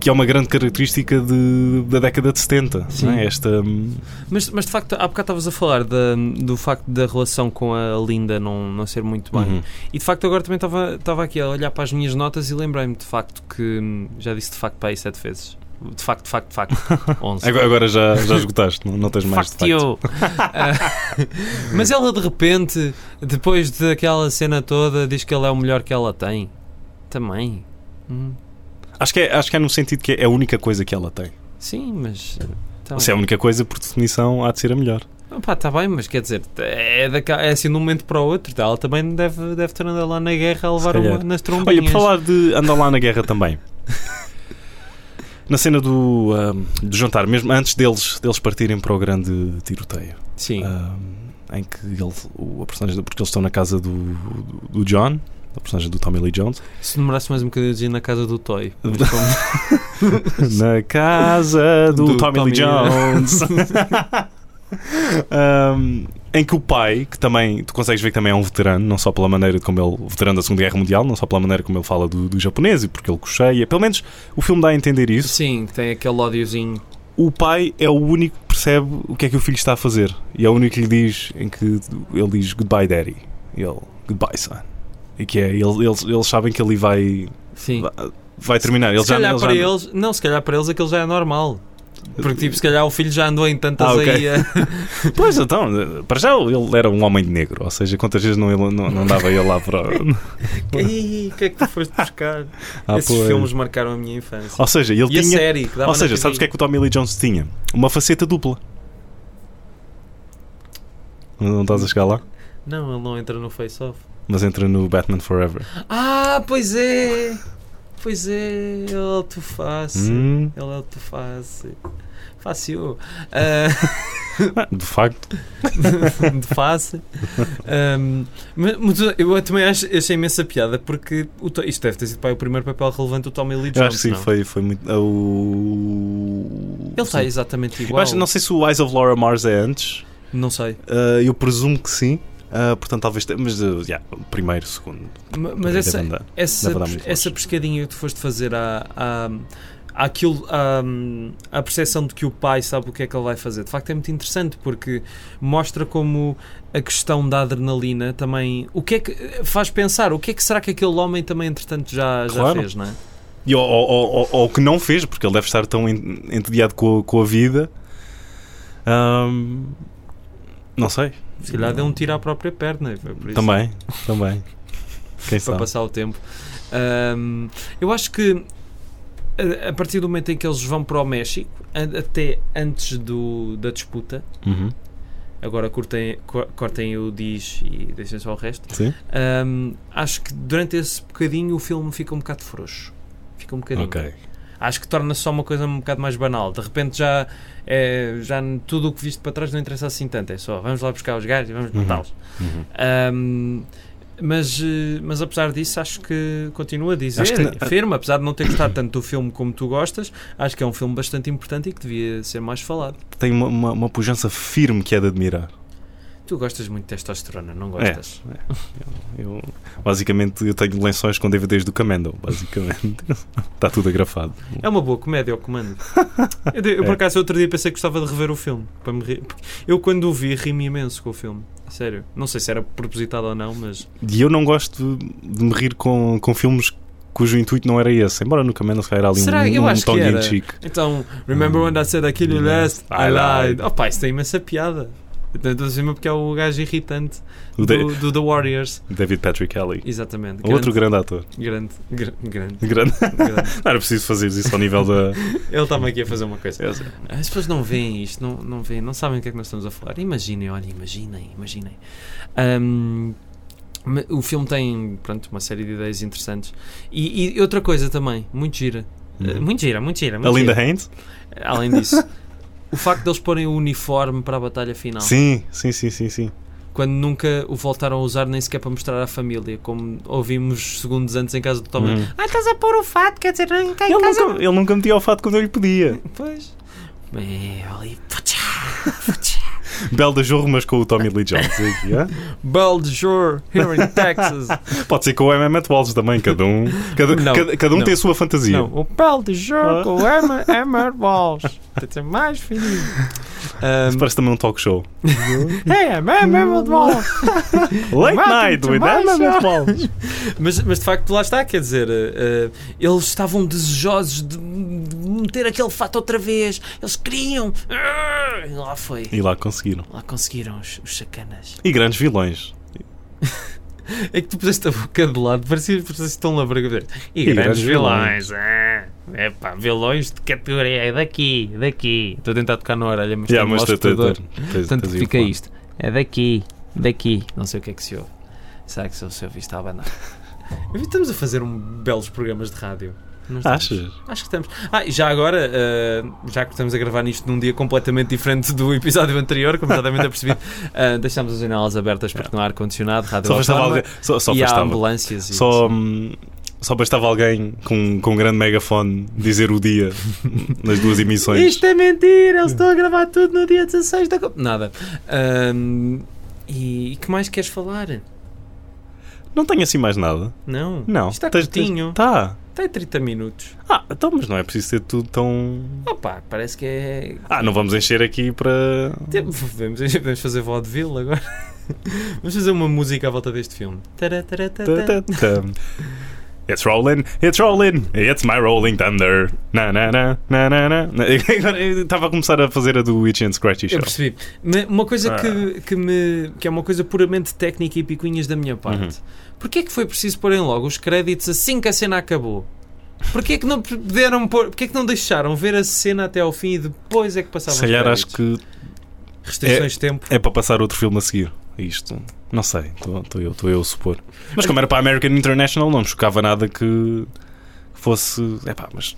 Speaker 3: que é uma grande característica de- da década de 70.
Speaker 4: Sim.
Speaker 3: não é? Esta, hum,
Speaker 4: Mas, mas de facto, há bocado estavas a falar da- do facto da relação com a Linda não, não ser muito bem.
Speaker 3: uhum.
Speaker 4: E de facto, agora também estava estava aqui a olhar para as minhas notas e lembrei-me de facto que hum, já disse de facto para aí sete vezes. De facto, de facto, de facto. 11.
Speaker 3: Agora, agora já, já esgotaste, não, não tens mais de
Speaker 4: Fuck you. Ah, mas ela de repente, depois daquela cena toda, diz que ele é o melhor que ela tem. Também. Hum,
Speaker 3: Acho que, é, acho que é no sentido que é a única coisa que ela tem.
Speaker 4: Sim, mas. Tá
Speaker 3: Se é a única coisa, por definição, há de ser a melhor.
Speaker 4: Pá, tá bem, mas quer dizer, é, daca- é assim de um momento para o outro. tá? Ela também deve, deve ter andado lá na guerra a levar uma,
Speaker 3: calhar.
Speaker 4: nas trombinhas.
Speaker 3: Olha, por falar de andar lá na guerra também. Na cena do, ahm, do jantar, mesmo antes deles, deles partirem para o grande tiroteio,
Speaker 4: Sim,
Speaker 3: ahm, em que ele, o, a personagem, do- porque eles estão na casa do, do, do John, a personagem do Tommy Lee Jones,
Speaker 4: se demorasse mais um bocadinho de ir na casa do Toy. Mas como-
Speaker 3: na casa do,
Speaker 4: Do
Speaker 3: Tommy, Lee
Speaker 4: Tommy
Speaker 3: Jones. Um, em que o pai, que também tu consegues ver que também é um veterano, não só pela maneira como ele, veterano da Segunda Guerra Mundial, não só pela maneira como ele fala do, do japonês e porque ele cocheia, pelo menos o filme dá a entender isso.
Speaker 4: Sim, tem aquele ódiozinho.
Speaker 3: O pai é o único que percebe o que é que o filho está a fazer e é o único que lhe diz em que ele diz goodbye, daddy, e ele goodbye, son. E que é, ele- eles, eles sabem que ele vai,
Speaker 4: Sim.
Speaker 3: vai terminar. Ele
Speaker 4: se
Speaker 3: já,
Speaker 4: calhar
Speaker 3: ele já-
Speaker 4: para eles, não, se calhar para eles aquilo já é normal. Porque tipo, se calhar o filho já andou em tantas
Speaker 3: Ah, ok.
Speaker 4: aí a-
Speaker 3: Pois então, eh, para já ele era um homem de negro, ou seja, quantas vezes não, ele- não, não dava ele lá para.
Speaker 4: Ih, o que é que tu foste buscar?
Speaker 3: Ah,
Speaker 4: Esses
Speaker 3: pois.
Speaker 4: filmes marcaram a minha infância.
Speaker 3: Ou seja, ele
Speaker 4: e a
Speaker 3: tinha.
Speaker 4: série que dava
Speaker 3: Ou seja, sabes o que é que o Tommy Lee Jones tinha? Uma faceta dupla. Não não estás a chegar lá?
Speaker 4: Não, ele não entra no Face Off.
Speaker 3: Mas entra no Batman Forever.
Speaker 4: Ah, pois é! Pois é, ele é o tu face.
Speaker 3: Hum,
Speaker 4: Ele é o tu face. Fácil. Ah,
Speaker 3: ah, de facto.
Speaker 4: de face. Ahm, mas, mas eu também acho, achei imensa piada porque o To- isto deve ter sido pá, o primeiro papel relevante do Tommy Lee Jones.
Speaker 3: Eu acho que sim,
Speaker 4: não?
Speaker 3: foi, foi muito. ah, o...
Speaker 4: Ele está
Speaker 3: sim.
Speaker 4: exatamente
Speaker 3: Eu
Speaker 4: igual.
Speaker 3: acho, não sei se o Eyes of Laura Mars é antes.
Speaker 4: Não sei.
Speaker 3: Ah, eu presumo que sim. Ah, portanto, talvez. te- Mas, ah, yeah, primeiro, segundo.
Speaker 4: Ma- Mas é-
Speaker 3: deve
Speaker 4: essa,
Speaker 3: andar.
Speaker 4: essa,
Speaker 3: Deve dar muito
Speaker 4: pes- essa
Speaker 3: longe.
Speaker 4: pescadinha que tu foste fazer à, à, àquilo, à, à percepção de que o pai sabe o que é que ele vai fazer, de facto é muito interessante porque mostra como a questão da adrenalina também o que é que faz pensar o que é que será que aquele homem também entretanto já, já
Speaker 3: Claro.
Speaker 4: fez, não é?
Speaker 3: E, ou, ou- ou- ou- ou que não fez, porque ele deve estar tão en- entediado com a, com a vida. Ahm, não sei.
Speaker 4: Se calhar deu um tiro à própria perna. e foi por isso.
Speaker 3: Também, também. Quem
Speaker 4: para
Speaker 3: sabe?
Speaker 4: passar o tempo. Ahm, eu acho que a, a partir do momento em que eles vão para o México, an- até antes do, da disputa,
Speaker 3: Uhum,
Speaker 4: agora cortem, co- cortem o diz e deixem só o resto,
Speaker 3: Sim?
Speaker 4: ahm, acho que durante esse bocadinho o filme fica um bocado frouxo. Fica um bocadinho.
Speaker 3: Ok.
Speaker 4: Acho que torna-se só uma coisa um bocado mais banal. De repente já, é, já n- tudo o que viste para trás não interessa assim tanto. É só vamos lá buscar os gajos e vamos
Speaker 3: Uhum.
Speaker 4: matá-los.
Speaker 3: Uhum.
Speaker 4: Ahm, mas, eh, mas apesar disso, acho que continua a dizer,
Speaker 3: Acho que na-
Speaker 4: afirma, apesar de não ter gostado tanto do filme como tu gostas, acho que é um filme bastante importante e que devia ser mais falado.
Speaker 3: Tem uma, uma, uma pujança firme que é de admirar.
Speaker 4: Tu gostas muito de testosterona, não gostas?
Speaker 3: Eu, basicamente, eu tenho lençóis com DVDs do Camendo. Basicamente, está tudo agrafado.
Speaker 4: É, uma boa comédia ao comando. Eu, de- eu, por
Speaker 3: É.
Speaker 4: acaso outro dia pensei que gostava de rever o filme. Para me rir. Porque Eu quando o vi ri-me imenso com o filme. Sério. Não sei se era propositado ou não, mas
Speaker 3: E eu não gosto de me rir com, com filmes cujo intuito não era esse. Embora no Camendo se calhar ali
Speaker 4: Será?
Speaker 3: um,
Speaker 4: Eu
Speaker 3: um
Speaker 4: acho que
Speaker 3: tongue in
Speaker 4: era.
Speaker 3: cheek.
Speaker 4: Então, remember when I said I killed you last? I lied. Oh pá, isso tem imensa piada. Então, Estou a dizer porque é o gajo irritante
Speaker 3: O
Speaker 4: do,
Speaker 3: da-
Speaker 4: do The Warriors.
Speaker 3: David Patrick Kelly.
Speaker 4: Exatamente.
Speaker 3: Outro grande ator.
Speaker 4: grande, grande, grande,
Speaker 3: Grande.
Speaker 4: grande.
Speaker 3: Não era preciso fazer isso ao nível da.
Speaker 4: Ele está-me aqui a fazer uma coisa. Ah, As pessoas não veem isto, não, não veem, não sabem o que é que nós estamos a falar. Imaginem, olha, imaginem, imaginem. Ahm, ma- o filme tem, pronto, uma série de ideias interessantes. E, e outra coisa também, muito gira.
Speaker 3: Uhum.
Speaker 4: Eh, Muito gira, muito gira.
Speaker 3: A
Speaker 4: Muito
Speaker 3: Linda
Speaker 4: gira.
Speaker 3: Haynes?
Speaker 4: Além disso, o facto de eles porem o uniforme para a batalha final,
Speaker 3: Sim, sim, sim, sim, sim.
Speaker 4: quando nunca o voltaram a usar nem sequer para mostrar à família, como ouvimos segundos antes em casa do Tom.
Speaker 3: Hum.
Speaker 4: Ah, estás a pôr o fato, quer dizer, em
Speaker 3: Ele,
Speaker 4: casa.
Speaker 3: nunca, ele nunca metia o fato quando eu lhe pedia.
Speaker 4: Pois.
Speaker 1: É, ali, putz,
Speaker 3: Belo da Jorro, mas com o Tommy Lee Jones. é Aqui, hã?
Speaker 4: Belgior, here in Texas.
Speaker 3: Pode ser com o M.M. Walls também, cada um, cada,
Speaker 4: Não,
Speaker 3: cada, cada um
Speaker 4: não.
Speaker 3: tem a sua fantasia.
Speaker 4: Não, o Belgior com Emma, Emma Walsh. Tem de ser mais fininho.
Speaker 3: Isso
Speaker 4: Um,
Speaker 3: Parece também um talk show.
Speaker 4: hey, I'm É, Emma Walsh.
Speaker 3: Late
Speaker 4: Welcome
Speaker 3: Night
Speaker 4: to
Speaker 3: with
Speaker 4: my
Speaker 3: M.M.
Speaker 4: show.
Speaker 3: Walls.
Speaker 4: Mas, mas de facto, lá está, quer dizer, eh, eh, eles estavam desejosos de, de meter aquele fato outra vez. Eles queriam. Ah, e lá foi.
Speaker 3: E lá conseguiram.
Speaker 4: Lá conseguiram os, os sacanas.
Speaker 3: E grandes vilões.
Speaker 4: É que tu puseste a boca de lado, parecia que vocês estão lá para E,
Speaker 3: grandes
Speaker 4: grandes
Speaker 3: vilões.
Speaker 4: vilões. ah, É pá, vilões de categoria. É daqui, daqui. Estou a tentar tocar na orelha, mas
Speaker 3: Yeah,
Speaker 4: está
Speaker 3: mas
Speaker 4: mal
Speaker 3: tu- tu-
Speaker 4: escutador.
Speaker 3: tu- tens-
Speaker 4: Portanto,
Speaker 3: tens aí o
Speaker 4: fica
Speaker 3: plano.
Speaker 4: isto. É daqui, daqui. Não sei o que é que se ouve. Será que se ouve se ouve isto a abanar? Estamos a fazer um belos programas de rádio. Não estamos?
Speaker 3: Achas?
Speaker 4: Acho que estamos. Ah, e já agora, ah, já que estamos a gravar nisto num dia completamente diferente do episódio anterior, como já devem ter percebido, ah, deixámos as janelas abertas porque não há ar-condicionado, rádio
Speaker 3: Só bastava
Speaker 4: autónoma,
Speaker 3: alguém, só, só
Speaker 4: e há
Speaker 3: bastava,
Speaker 4: ambulâncias. e
Speaker 3: só, hum, só bastava alguém com, com um grande megafone dizer o dia nas duas
Speaker 4: assim.
Speaker 3: emissões.
Speaker 4: Isto é mentira, eles estão a gravar tudo no dia 16 da... co- Nada. Ahm, e, e que mais queres falar?
Speaker 3: Não tenho assim mais nada.
Speaker 4: Não?
Speaker 3: Não.
Speaker 4: é- Isto está
Speaker 3: Tens- tens-
Speaker 4: curtinho.
Speaker 3: Tá.
Speaker 4: Tem 30 minutos.
Speaker 3: Ah, então, mas não é preciso ter tudo tão.
Speaker 4: Opa, parece que é...
Speaker 3: Ah, não vamos encher aqui para.
Speaker 4: Tem- Podemos, podemos fazer vaudeville agora. Vamos fazer uma música à volta deste filme.
Speaker 3: Tá, tá, tá. It's rolling, it's rolling, it's my rolling thunder. Na na na na na na. Agora, eu Estava a começar a fazer a do Itchy and Scratchy
Speaker 4: Eu
Speaker 3: Show.
Speaker 4: percebi. Ma- Uma coisa
Speaker 3: Ah. Uhum.
Speaker 4: que, que, me, que é uma coisa puramente técnica e picuinhas da minha parte. Porquê é que foi preciso porem logo os créditos assim que a cena acabou? Porquê é que não puderam pôr, porquê é que não deixaram ver a cena até ao fim e depois é que passavam
Speaker 3: Se
Speaker 4: os
Speaker 3: calhar acho
Speaker 4: créditos?
Speaker 3: que
Speaker 4: Restrições de tempo.
Speaker 3: é para passar outro filme a seguir. Isto. Não sei, estou eu, tô eu a supor. Mas como era para a American International, não me chocava nada que fosse. Epá, mas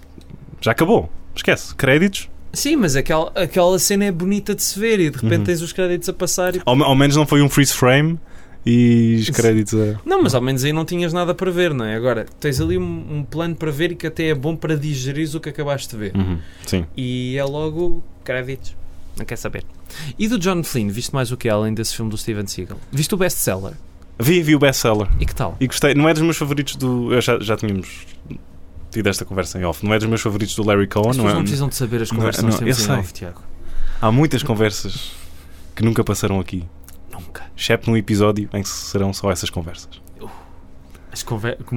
Speaker 3: já acabou. Esquece. Créditos.
Speaker 4: Sim, mas aquela, aquela cena é bonita de se ver e de repente
Speaker 3: Uhum.
Speaker 4: tens os créditos a passar e...
Speaker 3: Ao, ao menos não foi um freeze frame e os créditos a.
Speaker 4: Não, mas ao menos aí não tinhas nada para ver, não é? Agora, tens ali um, um plano para ver e que até é bom para digerir o que acabaste de ver.
Speaker 3: Uhum, Sim.
Speaker 4: E é logo créditos. Não quer saber. E do John Flynn, viste mais o que além desse filme do Steven Seagal? Viste o best-seller?
Speaker 3: Vi, vi o best-seller.
Speaker 4: E que tal?
Speaker 3: E gostei, não é dos meus favoritos do. Eu já, já tínhamos tido esta conversa em off. Não é dos meus favoritos do Larry Cohen,
Speaker 4: As
Speaker 3: não
Speaker 4: pessoas
Speaker 3: é?
Speaker 4: não precisam de saber as
Speaker 3: não é-
Speaker 4: conversas
Speaker 3: não,
Speaker 4: que nós
Speaker 3: eu
Speaker 4: temos em
Speaker 3: sei.
Speaker 4: off, Tiago.
Speaker 3: Há muitas conversas que nunca passaram aqui,
Speaker 4: Nunca.
Speaker 3: excepto num episódio em que serão só essas conversas.
Speaker 4: As conver- com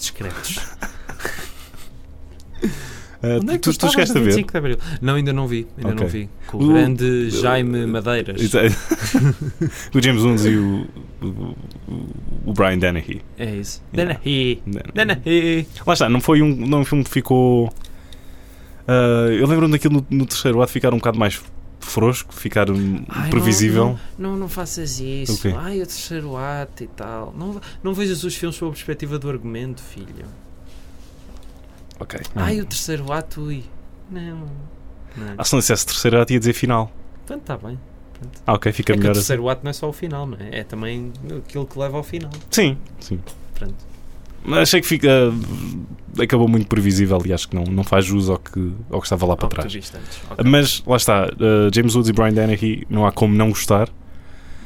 Speaker 4: discretos.
Speaker 3: Ah,
Speaker 4: Onde é que
Speaker 3: tu, tu
Speaker 4: estavas
Speaker 3: chegaste a
Speaker 4: no
Speaker 3: ver?
Speaker 4: 25 de Abril? Não, ainda não vi. Ainda não
Speaker 3: Ok.
Speaker 4: vi. Com
Speaker 3: O-
Speaker 4: o grande Jaime Madeiras.
Speaker 3: Exato. o James Woods e o, o, o Brian Dennehy.
Speaker 4: É isso.
Speaker 3: Yeah.
Speaker 4: Danahy. Danahy.
Speaker 3: Lá está, não foi um, não é um filme que ficou. ah, eu lembro-me daquilo no, no terceiro ato ficar um bocado mais frouxo, ficar hum,
Speaker 4: Ai, não,
Speaker 3: previsível.
Speaker 4: Não, não faças
Speaker 3: O
Speaker 4: isso.
Speaker 3: quê?
Speaker 4: Ai, o terceiro ato e tal. Não, não vejas os filmes sob a perspectiva do argumento, filho.
Speaker 3: Ok.
Speaker 4: Ai, o terceiro ato, ui. Não. Não.
Speaker 3: Ah, se não dissesse terceiro ato ia dizer final.
Speaker 4: Portanto, está bem.
Speaker 3: Ah, ok, fica
Speaker 4: é que o
Speaker 3: melhor assim.
Speaker 4: terceiro ato não é só o final, não é? É também aquilo que leva ao final.
Speaker 3: Sim, sim.
Speaker 4: Pronto.
Speaker 3: Mas achei que fica. Acabou muito previsível e acho que não, não faz jus ao que, ao que estava lá para
Speaker 4: Ao que tu
Speaker 3: trás.
Speaker 4: viste antes.
Speaker 3: Mas lá está, uh, James Woods e Brian Dennehy não há como não gostar.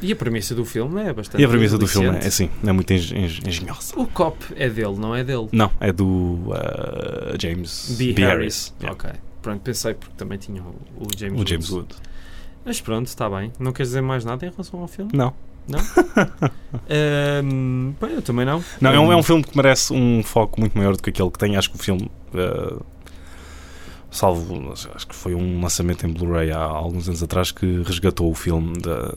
Speaker 4: E a premissa do filme é bastante.
Speaker 3: E a premissa do filme é
Speaker 4: aliciante.
Speaker 3: assim, é muito eng- eng- engenhosa.
Speaker 4: O cop é dele, não é dele.
Speaker 3: Não, é do uh, James
Speaker 4: B.
Speaker 3: B.
Speaker 4: Harris.
Speaker 3: Yeah.
Speaker 4: Ok. Pronto, pensei porque também tinha o, o James
Speaker 3: O James
Speaker 4: Woods.
Speaker 3: Woods.
Speaker 4: Mas pronto, está bem. Não queres dizer mais nada em relação ao filme?
Speaker 3: Não.
Speaker 4: Ahm, bem, eu também não.
Speaker 3: Não, é um, é um filme que merece um foco muito maior do que aquele que tem. Acho que o filme. eh, Salvo, acho que foi um lançamento em Blu-ray há alguns anos atrás que resgatou o filme da.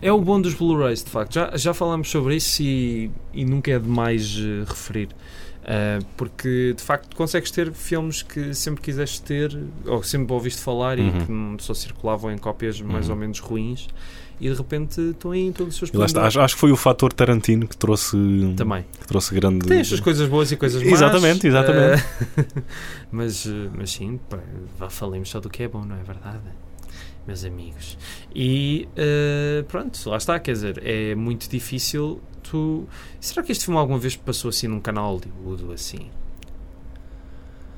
Speaker 4: É o bom dos Blu-rays, de facto. Já, já falámos sobre isso e, e nunca é demais eh, referir. Ah, porque de facto consegues ter filmes que sempre quiseste ter ou sempre ouviste falar
Speaker 3: Uhum.
Speaker 4: e que hum, só circulavam em cópias mais
Speaker 3: Uhum.
Speaker 4: ou menos ruins e de repente estão aí em todos os seus
Speaker 3: E lá está. Acho, acho que foi o fator Tarantino que trouxe,
Speaker 4: também.
Speaker 3: que trouxe grande.
Speaker 4: Tem as suas coisas boas e coisas más.
Speaker 3: Exatamente, exatamente.
Speaker 4: Ah, mas, eh, mas sim, pá, vá, falemos só do que é bom, não é verdade? Meus amigos. E eh, pronto, lá está, quer dizer, é muito difícil tu. Será que este filme alguma vez passou assim num canal Hollywood ou assim?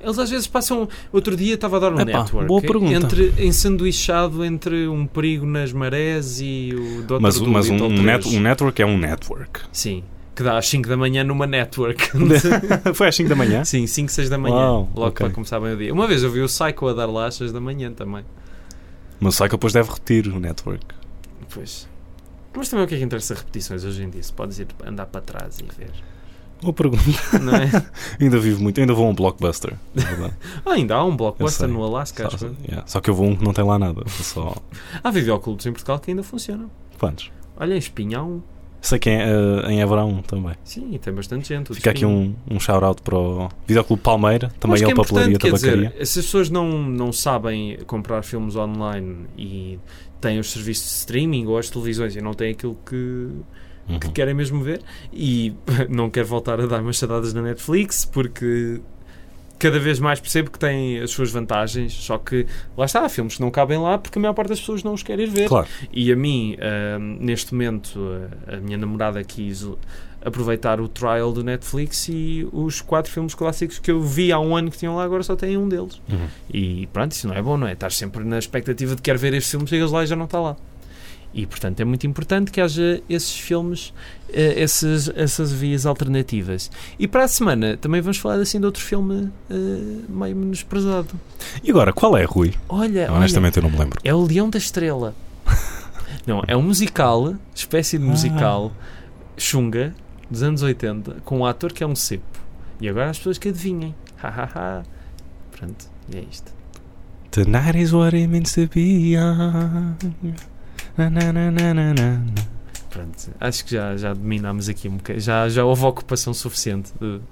Speaker 4: Eles às vezes passam. Outro dia estava a dar um
Speaker 1: Epá,
Speaker 4: network.
Speaker 1: boa pergunta.
Speaker 4: Entre, ensanduichado entre um perigo nas marés e o Dr.
Speaker 3: Mas, mas um,
Speaker 4: Dolittle
Speaker 3: um
Speaker 4: 3.
Speaker 3: net- um network é um network.
Speaker 4: Sim, que dá às 5 da manhã numa network.
Speaker 3: Foi às 5 da manhã?
Speaker 4: Sim, 5, 6 da manhã.
Speaker 3: Uau,
Speaker 4: logo
Speaker 3: ok.
Speaker 4: para começar bem o dia. Uma vez eu vi o Psycho a dar lá às 6 da manhã também.
Speaker 3: Mas só que depois deve repetir o network.
Speaker 4: Pois. Mas também o que é que interessa repetições hoje em dia? Se podes ir andar para trás e ver.
Speaker 3: Boa pergunta.
Speaker 4: Não é?
Speaker 3: Ainda vivo muito, ainda vou a um blockbuster. na verdade.
Speaker 4: Ah, ainda há um
Speaker 3: Eu
Speaker 4: blockbuster
Speaker 3: sei.
Speaker 4: no Alasca, acho
Speaker 3: só,
Speaker 4: eu.
Speaker 3: yeah. Só que eu vou a um que não tem lá nada. Vou só.
Speaker 4: Há videoclubes em Portugal que ainda funcionam.
Speaker 3: Quantos?
Speaker 4: Olha, em Espinho há um.
Speaker 3: Sei que é, eh, em Évora há um também.
Speaker 4: Sim, e tem bastante gente. o de
Speaker 3: Fica aqui
Speaker 4: Espinho.
Speaker 3: um, um shout-out para o Videoclube Palmeira, também
Speaker 4: Acho que
Speaker 3: ele
Speaker 4: é
Speaker 3: papelaria,
Speaker 4: importante, quer
Speaker 3: tabacaria.
Speaker 4: dizer, se as pessoas não, não sabem comprar filmes online e têm os serviços de streaming ou as televisões e não têm aquilo que,
Speaker 3: Uhum.
Speaker 4: que querem mesmo ver, e não quero voltar a dar machadadas na Netflix porque cada vez mais percebo que tem as suas vantagens, só que lá está, há filmes que não cabem lá porque a maior parte das pessoas não os quer ir ver.
Speaker 3: Claro,
Speaker 4: E a mim, ah, neste momento, ah, a minha namorada quis aproveitar o trial do Netflix e os quatro filmes clássicos que eu vi há um ano que tinham lá agora só têm um deles.
Speaker 3: Uhum.
Speaker 4: E pronto, isso não é bom, não é? Estás sempre na expectativa de querer ver este filme, chegas lá e já não está lá. E portanto é muito importante que haja esses filmes, eh, essas, essas vias alternativas. E para a semana também vamos falar assim de outro filme eh, meio menosprezado.
Speaker 3: E agora, qual é, Rui?
Speaker 4: Olha, olha,
Speaker 3: Honestamente, eu não me lembro.
Speaker 4: é o Leão da Estrela. Não, é um musical, espécie de musical, chunga, dos anos 80, com um ator que é um cepo. E agora as pessoas que adivinhem. Ha, ha, ha. Pronto, e é isto.
Speaker 3: Tonight is what it means to be young. Na, na, na, na, na, na.
Speaker 4: Pronto, acho que já, já dominámos aqui um bocadinho. Já, já houve ocupação suficiente do,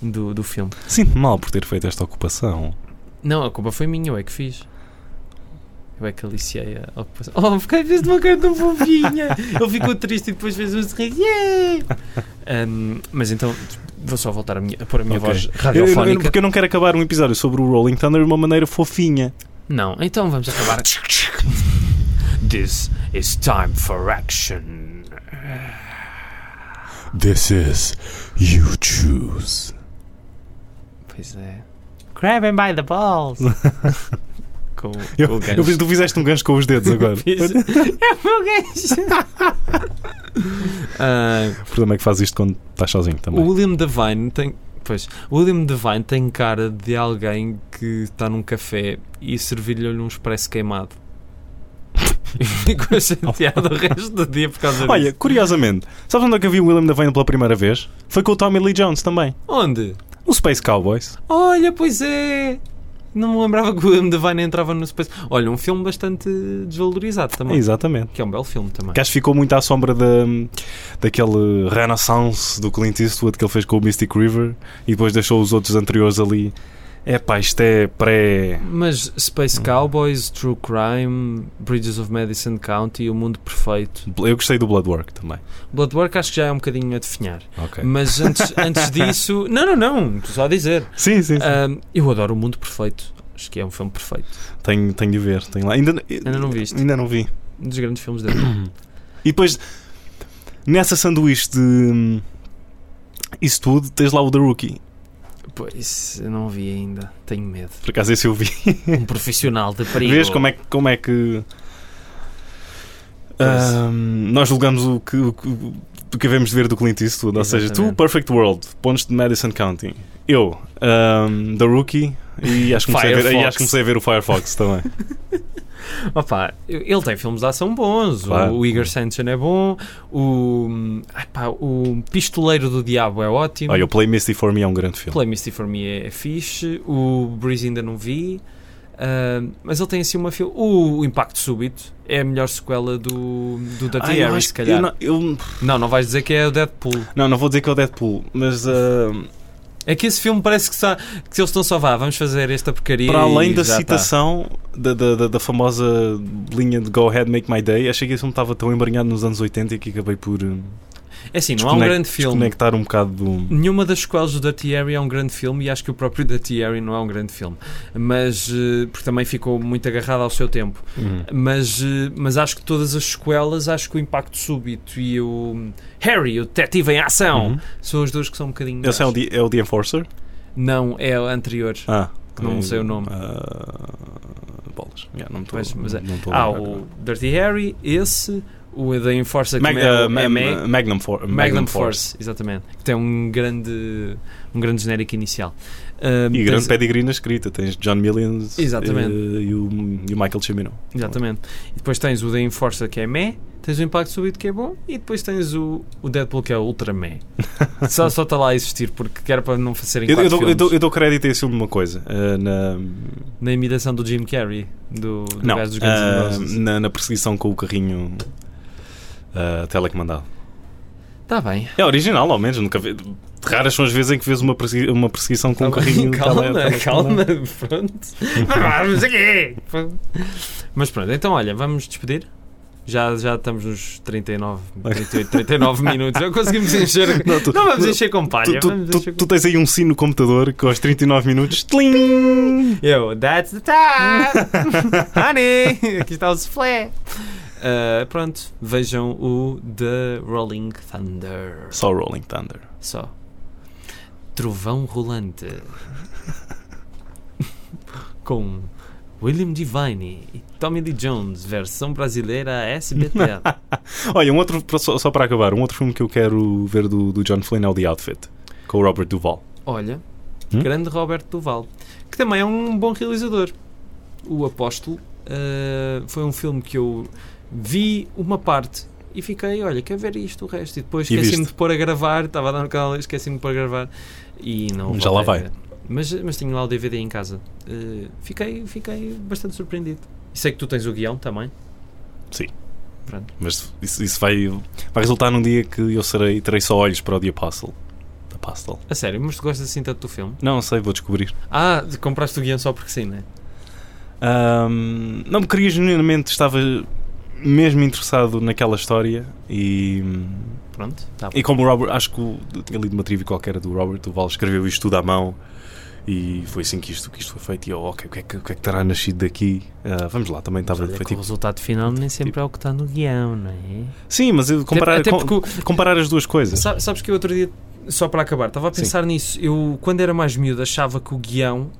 Speaker 4: do, do filme.
Speaker 3: Sinto-me mal por ter feito esta ocupação.
Speaker 4: Não, a culpa foi minha, eu é que fiz. Eu é que aliciei a ocupação. Oh, porque fez de uma cara tão fofinha. Ele ficou triste e depois fez um sorriso. Yeah! Ahm, mas então, vou só voltar a, minha, a pôr a minha
Speaker 3: Ok.
Speaker 4: voz
Speaker 3: Eu- eu- eu-
Speaker 4: radiofónica.
Speaker 3: porque eu não quero acabar um episódio sobre o Rolling Thunder de uma maneira fofinha.
Speaker 4: Não, então vamos acabar. This is time for action.
Speaker 3: This is You Choose.
Speaker 4: Pois é. Grab him by the balls. com,
Speaker 3: Eu,
Speaker 4: com o gancho.
Speaker 3: eu fiz- tu fizeste um gancho com os dedos agora.
Speaker 4: Fiz-
Speaker 3: o
Speaker 4: É o meu gancho. Ah,
Speaker 3: problema é que fazes isto quando estás sozinho
Speaker 4: O
Speaker 3: também.
Speaker 4: William Devine tem. Pois, o William Devine tem cara de alguém que está num café e servir-lhe um expresso queimado. E Ficou chateado o resto do dia por causa
Speaker 3: Olha,
Speaker 4: disso.
Speaker 3: curiosamente, sabes onde é que eu vi o William Devane pela primeira vez? Foi com o Tommy Lee Jones também.
Speaker 4: Onde?
Speaker 3: O Space Cowboys.
Speaker 4: Olha, pois é! Não me lembrava que o William Devine entrava no Space. Olha, um filme bastante desvalorizado também.
Speaker 3: Exatamente.
Speaker 4: Que é um belo filme também.
Speaker 3: Que acho que ficou muito à sombra da, daquele renaissance do Clint Eastwood que ele fez com o Mystic River e depois deixou os outros anteriores ali. É pá, isto é pré.
Speaker 4: Mas Space
Speaker 3: Hum.
Speaker 4: Cowboys, True Crime, Bridges of Madison County, O Mundo Perfeito.
Speaker 3: Eu gostei do Bloodwork também.
Speaker 4: Bloodwork acho que já é um bocadinho a definhar.
Speaker 3: Ok.
Speaker 4: Mas antes, antes disso. Não, não, não. Estou só a dizer.
Speaker 3: Sim, sim. sim.
Speaker 4: Ahm, eu adoro O Mundo Perfeito. Acho que é um filme perfeito.
Speaker 3: Tenho, tenho de ver. Tenho lá. Ainda,
Speaker 4: Ainda não viste.
Speaker 3: Ainda não vi.
Speaker 4: Um dos grandes filmes da vida.
Speaker 3: E depois, nessa sanduíche de hum, Eastwood, tens lá o The Rookie.
Speaker 4: Pois, eu não vi ainda. Tenho medo.
Speaker 3: Por acaso esse eu vi.
Speaker 4: Um profissional de perigo.
Speaker 3: Vês como é, que- como é que. Ahm, nós julgamos o que, o, que- o que havemos de ver do Clint Eastwood. Ou seja, tu,
Speaker 4: Exatamente.
Speaker 3: Perfect World, pontos de Madison County. Eu, ahm, The Rookie. E acho, que comecei a ver, e
Speaker 4: Firefox.
Speaker 3: acho que comecei a ver o Firefox também.
Speaker 4: Opa, ele tem filmes de ação bons.
Speaker 3: Claro.
Speaker 4: O Igor Sanson é bom. O. ai pá, o Pistoleiro do Diabo é ótimo.
Speaker 3: Olha, o Play Misty for Me é um grande filme.
Speaker 4: Play Misty for Me é, é fixe. O Breeze ainda não vi. Ahm, mas ele tem assim uma. Fil... O, o Impacto Súbito é a melhor sequela do, do Dirty
Speaker 3: Ah, eu
Speaker 4: Harry,
Speaker 3: acho
Speaker 4: se
Speaker 3: que-
Speaker 4: calhar.
Speaker 3: eu não, eu-
Speaker 4: Não, não vais dizer que é o Deadpool.
Speaker 3: não, não vou dizer que é o Deadpool, mas ahm,
Speaker 4: É que esse filme parece que, está, que eles estão só vá, vamos fazer esta porcaria.
Speaker 3: para além
Speaker 4: e
Speaker 3: da
Speaker 4: já tá. está."
Speaker 3: citação da, da, da- da famosa linha de Go Ahead, Make My Day, achei que esse filme estava tão embranhado nos anos 80 que acabei por hum, ahm,
Speaker 4: É assim, não há um
Speaker 3: desconec-
Speaker 4: grande filme.
Speaker 3: desconectar um bocado do.
Speaker 4: Nenhuma das sequelas do Dirty Harry é um grande filme e acho que o próprio Dirty Harry não é um grande filme. Mas. eh, Porque também ficou muito agarrado ao seu tempo. mas, eh, mas acho que todas as sequelas, acho que o Impacto Súbito e o Harry, o Detetive em Ação,
Speaker 3: Uhum.
Speaker 4: são as duas que são um bocadinho.
Speaker 3: Esse é o,
Speaker 4: melhores.
Speaker 3: The, é o The Enforcer?
Speaker 4: Não, é a anterior.
Speaker 3: Ah,
Speaker 4: Que não
Speaker 3: eh,
Speaker 4: sei o nome.
Speaker 3: ah, bolas. Yeah, não estou
Speaker 4: Pois, mas é-
Speaker 3: não estou a
Speaker 4: Ah,
Speaker 3: lembrar.
Speaker 4: o Dirty Harry, esse, o da Enforcer que
Speaker 3: Mag-
Speaker 4: também é
Speaker 3: ah,
Speaker 4: o- é
Speaker 3: Ma-
Speaker 4: Mag-
Speaker 3: Ma- Magnum, For-
Speaker 4: Magnum Force, exatamente. Que tem um grande, um grande genérico inicial. Ah,
Speaker 3: E
Speaker 4: tens-
Speaker 3: grande pedigree na escrita. Tens John Millions
Speaker 4: Exatamente.
Speaker 3: eh, e, o, e o Michael Cimino.
Speaker 4: Exatamente. E depois tens o The Enforcer que é meh, tens o Impacto Súbito que é bom e depois tens o, o Deadpool que é ultra meh. só só está lá a existir porque quer para não fazerem
Speaker 3: Eu, eu
Speaker 4: quatro
Speaker 3: dou, eu,
Speaker 4: filmes.
Speaker 3: dou, eu dou crédito a esse filme numa coisa. eh, na,
Speaker 4: Na imitação do Jim Carrey, do, do
Speaker 3: Não,
Speaker 4: gajo dos Guns N'
Speaker 3: ah,
Speaker 4: Roses.
Speaker 3: na, na perseguição com o carrinho ah, telecomandado.
Speaker 4: Está bem.
Speaker 3: É original, ao menos. Nunca vi- raras são as vezes em que vês uma, persegui- uma perseguição com
Speaker 4: Tá
Speaker 3: um
Speaker 4: bem,
Speaker 3: carrinho
Speaker 4: calma,
Speaker 3: tele- telecomandado.
Speaker 4: calma, pronto. Ah, vamos aqui. Mas pronto, então olha, vamos despedir. Já, já estamos nos 39, 38, 39 minutos. Já conseguimos encher. Não,
Speaker 3: Não, tu-
Speaker 4: vamos encher com
Speaker 3: Tu,
Speaker 4: palha.
Speaker 3: tu,
Speaker 4: vamos
Speaker 3: tu-
Speaker 4: encher com-
Speaker 3: tu tens aí um sino no computador que aos 39 minutos. tling!
Speaker 4: Eu, that's the time! Honey! Aqui está o soufflé. Ah, pronto, vejam o The Rolling Thunder.
Speaker 3: Só Rolling Thunder.
Speaker 4: Só. Trovão Rolante. Com William Divine e Tommy Lee Jones, versão brasileira SBT.
Speaker 3: Olha, um outro, só, só para acabar, um outro filme que eu quero ver do, do John Flynn é o The Outfit, com o Robert Duvall.
Speaker 4: Olha,
Speaker 3: Hum?
Speaker 4: grande Roberto Duval, que também é um bom realizador. O Apóstolo ah, foi um filme que eu vi uma parte e fiquei, olha, quero ver isto, o resto. E depois
Speaker 3: E
Speaker 4: esqueci-me
Speaker 3: viste?
Speaker 4: de pôr a gravar, estava a dar no canal, esqueci-me de pôr a gravar e não.
Speaker 3: Já
Speaker 4: voltei
Speaker 3: lá
Speaker 4: a
Speaker 3: vai.
Speaker 4: ver. Mas, mas tenho lá o DVD em casa. Ah, fiquei, fiquei bastante surpreendido. E sei que tu tens o guião também.
Speaker 3: Mas isso, isso vai, vai resultar num dia que eu serei, terei só olhos para o The Apostle. Apostle.
Speaker 4: A sério, mas tu gostas assim tanto do filme?
Speaker 3: Não sei, vou descobrir.
Speaker 4: Ah, compraste o guião só porque sim, né?
Speaker 3: Ahm, não me queria genuinamente, estava mesmo interessado naquela história e,
Speaker 4: Pronto, tá bom.
Speaker 3: e como o Robert, acho que o- eu tinha lido uma trivia qualquer do Robert Duval, escreveu isto tudo à mão e foi assim que isto, que isto foi feito e eu, ok, o que é que, o que é que terá nascido daqui? Ah, vamos lá, também estava
Speaker 4: Olha
Speaker 3: foi
Speaker 4: que o
Speaker 3: tipo,
Speaker 4: resultado final nem sempre é o que está no guião, não é?
Speaker 3: Sim, mas eu comparar,
Speaker 4: até, até
Speaker 3: com-
Speaker 4: porque o-
Speaker 3: comparar as duas coisas.
Speaker 4: Sa- Sabes que eu outro dia, só para acabar, estava a pensar nisso. Eu, quando era mais miúdo, achava que o guião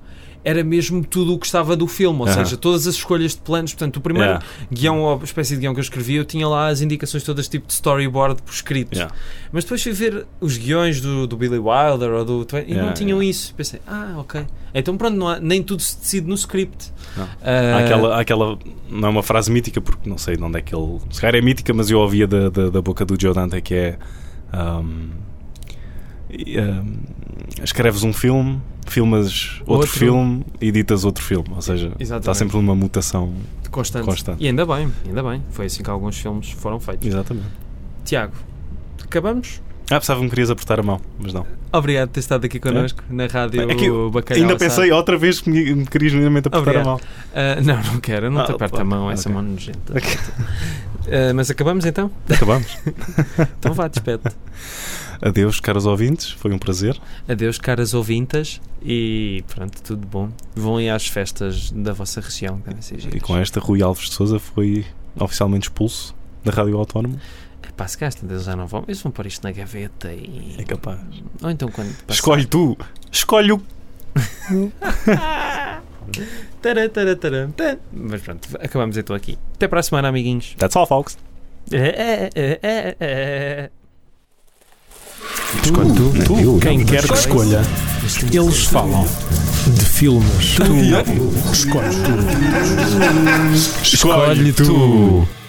Speaker 4: era mesmo tudo o que estava do filme, ou
Speaker 3: Aham.
Speaker 4: seja, todas as escolhas de planos. Portanto, o primeiro
Speaker 3: Yeah,
Speaker 4: guião ou espécie de guião que eu escrevi, eu tinha lá as indicações todas, tipo de storyboard por escrito.
Speaker 3: yeah.
Speaker 4: Mas depois fui ver os guiões do, do Billy Wilder ou do Twain e não
Speaker 3: Yeah,
Speaker 4: tinham isso. Pensei, ah, ok. Então pronto, não há- nem tudo se decide no script.
Speaker 3: Não.
Speaker 4: Ah,
Speaker 3: Há aquela, há aquela, não é uma frase mítica, porque não sei de onde é que ele. Se calhar é mítica, mas eu ouvia da, da, da boca do Joe Dante que é. ahm, e, ahm, escreves um filme, filmas outro,
Speaker 4: Outro.
Speaker 3: filme, editas outro filme. Ou seja, está
Speaker 4: Exatamente.
Speaker 3: sempre numa mutação
Speaker 4: Constante.
Speaker 3: constante.
Speaker 4: E ainda bem, ainda bem. Foi assim que alguns filmes foram feitos.
Speaker 3: Exatamente.
Speaker 4: Tiago, acabamos?
Speaker 3: Ah, pensava que me querias apertar a mão, mas não.
Speaker 4: Obrigado por ter estado aqui connosco na rádio
Speaker 3: É que eu
Speaker 4: Bacalhau.
Speaker 3: Ainda pensei
Speaker 4: sabe?
Speaker 3: outra vez que me, me querias minimamente apertar
Speaker 4: Obrigado.
Speaker 3: a mão.
Speaker 4: Ah, não, não quero, não
Speaker 3: Ah,
Speaker 4: te aperto
Speaker 3: pá,
Speaker 4: a mão, essa
Speaker 3: ok. Tá.
Speaker 4: mão nojenta. Ah, mas acabamos então?
Speaker 3: Acabamos.
Speaker 4: Então vá, despede.
Speaker 3: Adeus, caros ouvintes, foi um prazer.
Speaker 4: Adeus, caras ouvintas, e pronto, tudo bom. Vão aí às festas da vossa região, que devem ser
Speaker 3: E
Speaker 4: giras.
Speaker 3: com esta, Rui Alves de Souza foi oficialmente expulso da Rádio Autónoma.
Speaker 4: Pá, se gasta, eles já não vão. Eles vão pôr isto na gaveta e.
Speaker 3: É capaz.
Speaker 4: Ou então quando. passar-
Speaker 3: Escolhe tu. Escolhe o.
Speaker 4: Tará, tará, tará, tará. Mas pronto, acabamos então aqui. Até para a semana, amiguinhos.
Speaker 3: That's all, folks. É,
Speaker 2: Escolhe tu,
Speaker 3: tu,
Speaker 2: quem quer que escolha. Eles falam de filmes. Tu escolhe tu.
Speaker 3: Escolhe tu.